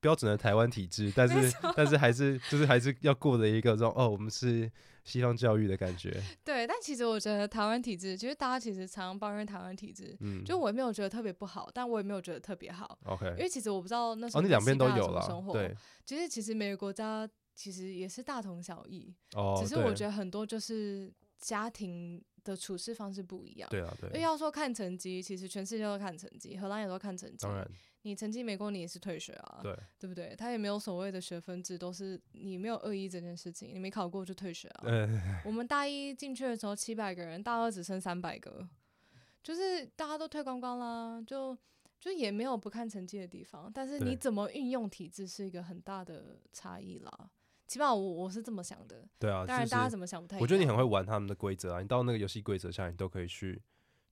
Speaker 1: 标准的台湾体制，但是但是还是就是还是要过的一个这种哦，我们是西方教育的感 觉，
Speaker 2: 对。但其实我觉得台湾体制，其实大家其实常常抱怨台湾体制，
Speaker 1: 嗯，
Speaker 2: 就我也没有觉得特别不好，但我也没有觉得特别好，因
Speaker 1: OK，
Speaker 2: 为其实我不知道那时
Speaker 1: 哦，
Speaker 2: 候
Speaker 1: 你
Speaker 2: 你
Speaker 1: 两边都有
Speaker 2: 了
Speaker 1: 啦，。对，
Speaker 2: 其实其实每个国家其实也是大同小异，
Speaker 1: 哦，
Speaker 2: 只是我
Speaker 1: 对
Speaker 2: 觉得很多就是家庭的处事方式不一样。
Speaker 1: 对啊，
Speaker 2: 因为
Speaker 1: 对，
Speaker 2: 要说看成绩，其实全世界都看成绩，荷兰也都看成绩
Speaker 1: 当。然
Speaker 2: 你成绩没过，你也是退学啊。
Speaker 1: 对，
Speaker 2: 对不对？他也没有所谓的学分制，都是你没有恶意这件事情，你没考过就退学啊。
Speaker 1: 呃，
Speaker 2: 我们大一进去的时候七百个人，大二只剩三百个，就是大家都退光光啦，就就也没有不看成绩的地方。但是
Speaker 1: 对
Speaker 2: 你怎么运用体制是一个很大的差异啦。起码我我是这么想的，
Speaker 1: 对啊，
Speaker 2: 当
Speaker 1: 就
Speaker 2: 然大家
Speaker 1: 是
Speaker 2: 怎么想不太一样。
Speaker 1: 我觉得你很会玩他们的规则啊，你到那个游戏规则下，你都可以去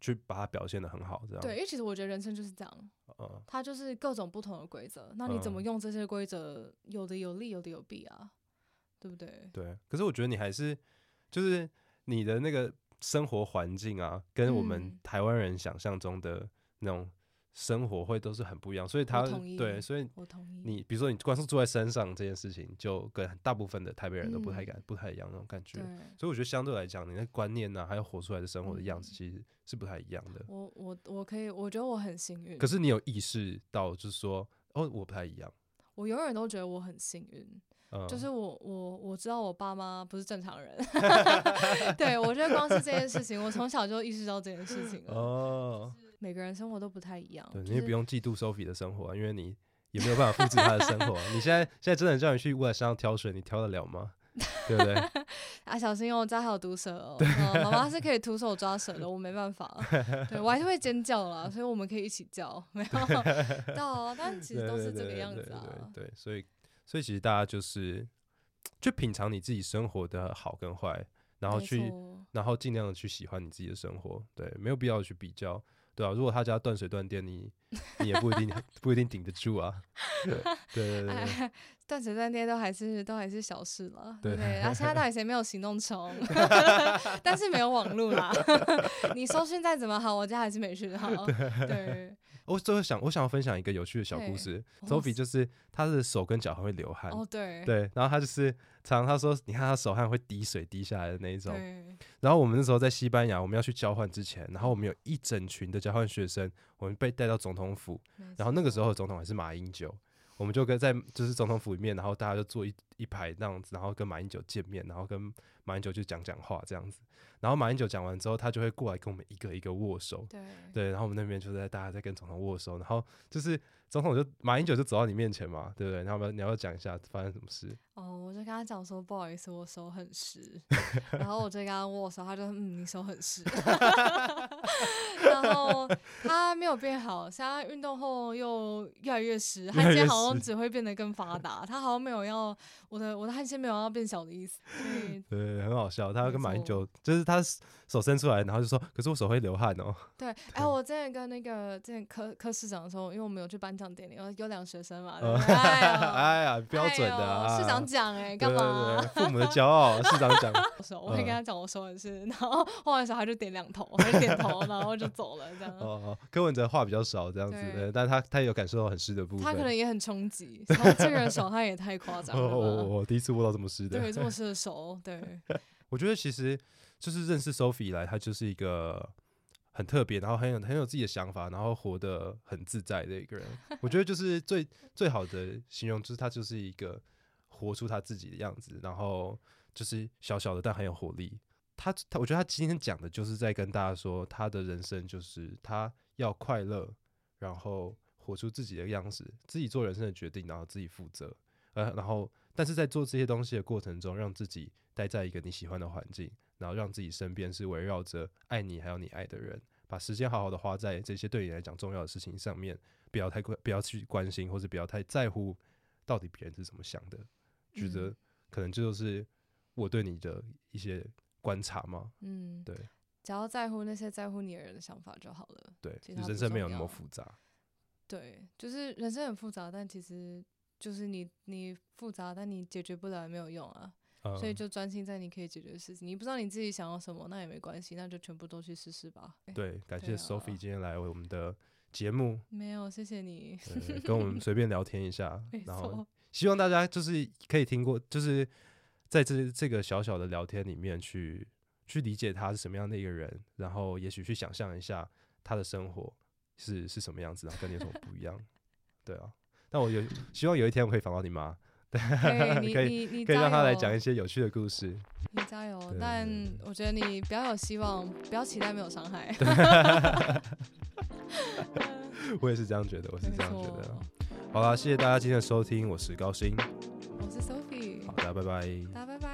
Speaker 1: 去把它表现的很好，这样
Speaker 2: 对，因，为其实我觉得人生就是这样，
Speaker 1: 嗯，
Speaker 2: 它就是各种不同的规则。那你怎么
Speaker 1: 嗯
Speaker 2: 用这些规则，有的有利，有的有弊啊，对不对？
Speaker 1: 对。可是我觉得你还是就是你的那个生活环境啊，跟我们
Speaker 2: 嗯
Speaker 1: 台湾人想象中的那种生活会都是很不一样，所以他
Speaker 2: 同意
Speaker 1: 对，所以
Speaker 2: 我同意。
Speaker 1: 你比如说你光是住在山上这件事情，就跟大部分的台北人都不太
Speaker 2: 嗯
Speaker 1: 敢、不太一样那种感觉
Speaker 2: 对。。
Speaker 1: 所以我觉得相对来讲，你的观念啊呢、还有活出来的生活的样子，
Speaker 2: 嗯
Speaker 1: 其实是不太一样的。
Speaker 2: 我我我可以，我觉得我很幸运。
Speaker 1: 可是你有意识到，就是说，哦，我不太一样，
Speaker 2: 我永远都觉得我很幸运，
Speaker 1: 嗯，
Speaker 2: 就是我我我知道我爸妈不是正 常人。对，我觉得光是这件事情，我从小就意识到这件事情了。
Speaker 1: 哦，
Speaker 2: 每个人生活都不太一样，
Speaker 1: 对，
Speaker 2: 就
Speaker 1: 你也
Speaker 2: 是
Speaker 1: 不用嫉妒 Sophie 的生活、啊，因为你也没有办法复制她的生活。啊 你现在现在真的叫你去乌来山上挑水，你挑得了吗？对不对？
Speaker 2: 啊，小心哦，我家还有毒蛇哦。嗯妈妈是可以徒手抓蛇的，我没办法。 对我还是会尖叫啦，所以我们可以一起叫，没有到，但其实
Speaker 1: 对
Speaker 2: 都
Speaker 1: 对
Speaker 2: 是这
Speaker 1: 对
Speaker 2: 个
Speaker 1: 对
Speaker 2: 样
Speaker 1: 对
Speaker 2: 子啊。
Speaker 1: 对对，所以所以其实大家就是去品尝你自己生活的好跟坏，然后
Speaker 2: 没
Speaker 1: 去，
Speaker 2: 错
Speaker 1: 然后尽量的去喜欢你自己的生活，对，没有必要去比较，对啊，如果他家断水断电，你你也不 一定不一定顶得住啊，对对对对对，
Speaker 2: 哎，断水断电都还是都还是小事了，
Speaker 1: 对
Speaker 2: 对不对。然后现在到底谁没有行动 充？ 但是没有网络啦。 你搜讯再怎么好，我家还是没讯号。 对，
Speaker 1: 我最后想我想要分享一个有趣的小故
Speaker 2: 对
Speaker 1: 事
Speaker 2: 哦
Speaker 1: ，Sophie 就是她的手跟脚还会流汗，
Speaker 2: 哦对，
Speaker 1: 对，然后她就是常常她说，你看她手汗会滴水滴下来的那一种，
Speaker 2: 对，
Speaker 1: 然后我们那时候在西班牙，我们要去交换之前，然后我们有一整群的交换学生，我们被带到总统府，
Speaker 2: 哦
Speaker 1: 然后那个时
Speaker 2: 候
Speaker 1: 候总统还是马英九，我们就跟在就是总统府里面，然后大家就坐一一排那样子，然后跟马英九见面，然后跟马英九就讲讲话这样子，然后马英九讲完之后，他就会过来跟我们一个一个握手，
Speaker 2: 对
Speaker 1: 对，然后我们那边就在大家在跟总统握手，然后就是总统就马英九就走到你面前嘛，对不对？然后我们你要不要讲一下发生什么事，
Speaker 2: 哦，我就跟他讲说不好意思，我手很湿， 然后我就跟他握手，他就嗯你手很湿， 然后他没有变好，现在运动后又越来越湿，
Speaker 1: 越来
Speaker 2: 汗腺
Speaker 1: 越
Speaker 2: 好像
Speaker 1: 湿
Speaker 2: 只会变得更发达，他好像没有要我的我的汗腺没有要变小的意思，所以
Speaker 1: 对，很好笑，他
Speaker 2: 没
Speaker 1: 跟马英
Speaker 2: 错
Speaker 1: 九就是他手伸出来，然后就说，可是我手会流汗哦。
Speaker 2: 对，哎、我之前跟那个之前科科市长的时候，因为我们有去颁奖典礼，有优良学生嘛，对不对？哎呦
Speaker 1: 呃 哎呀，标准的
Speaker 2: 哎
Speaker 1: 啊，
Speaker 2: 呦市长讲哎、
Speaker 1: 对
Speaker 2: 干
Speaker 1: 对
Speaker 2: 嘛、
Speaker 1: 对，父母的骄傲，市长 讲，
Speaker 2: 我手，我
Speaker 1: 嗯
Speaker 2: 会跟他讲我手很湿，然后 握完手他就点两头，他就点头，然后就走了这样。
Speaker 1: 哦哦，柯文哲话比较少这样子，
Speaker 2: 对
Speaker 1: 对，但他他也有感受到很湿的部分。
Speaker 2: 他可能也很冲击，然后这个人手汗也太夸
Speaker 1: 哦
Speaker 2: 张
Speaker 1: 哦，
Speaker 2: 了
Speaker 1: 哦
Speaker 2: 吧。
Speaker 1: 我第一次握到这么湿的。
Speaker 2: 对，这么湿的手，对，
Speaker 1: 我觉得其实就是认识 Sophie 以来，她就是一个很特别，然后很有很有自己的想法，然后活得很自在的一个人。我觉得就是最最好的形容，就是她就是一个活出她自己的样子，然后就是小小的但很有活力。她她，我觉得她今天讲的就是在跟大家说，她的人生就是她要快乐，然后活出自己的样子，自己做人生的决定，然后自己负责，呃，然后但是在做这些东西的过程中，让自己待在一个你喜欢的环境，然后让自己身边是围绕着爱你还有你爱的人，把时间好好的花在这些对你来讲重要的事情上面，不要太关，不要去关心或者不要太在乎到底别人是怎么想的，觉
Speaker 2: 嗯
Speaker 1: 得可能这就是我对你的一些观察嘛，
Speaker 2: 嗯，
Speaker 1: 对
Speaker 2: 只要在乎那些在乎你的人的想法就好了。
Speaker 1: 对，
Speaker 2: 其
Speaker 1: 就
Speaker 2: 他
Speaker 1: 人
Speaker 2: 不
Speaker 1: 生没
Speaker 2: 重
Speaker 1: 有那么
Speaker 2: 要
Speaker 1: 复杂，
Speaker 2: 对，就是人生很复杂，但其实就是你你复杂，但你解决不了也没有用啊。
Speaker 1: 嗯、
Speaker 2: 所以就专心在你可以解决的事情。你不知道你自己想要什么，那也没关系，那就全部都去试试吧。哎
Speaker 1: 对，感
Speaker 2: 对
Speaker 1: 谢
Speaker 2: 啊
Speaker 1: Sophie 今天来我们的节目，
Speaker 2: 没有，谢谢你。
Speaker 1: 对跟我们随便聊天一下
Speaker 2: 没，
Speaker 1: 然后
Speaker 2: 错，
Speaker 1: 希望大家就是可以听过，就是在这这个小小的聊天里面去去理解他是什么样的一个人，然后也许去想象一下他的生活是是什么样子，然后跟你有什么不一样。对啊，但我有希望有一天我可以访到你妈，
Speaker 2: 可 以，
Speaker 1: 可以
Speaker 2: 你你你
Speaker 1: 可以让她
Speaker 2: 加
Speaker 1: 来
Speaker 2: 油哦
Speaker 1: 讲一些有趣的故事。
Speaker 2: 你加油
Speaker 1: 对，
Speaker 2: 但我觉得你比较有希望，不要期待没有伤害。
Speaker 1: 我也是这样觉得， 我是
Speaker 2: 没
Speaker 1: 这样觉
Speaker 2: 错
Speaker 1: 得。啊好啦，谢谢大家今天的收听，我是高鑫，
Speaker 2: 我是 Sophie，
Speaker 1: 好，大家拜拜。
Speaker 2: 大家拜拜。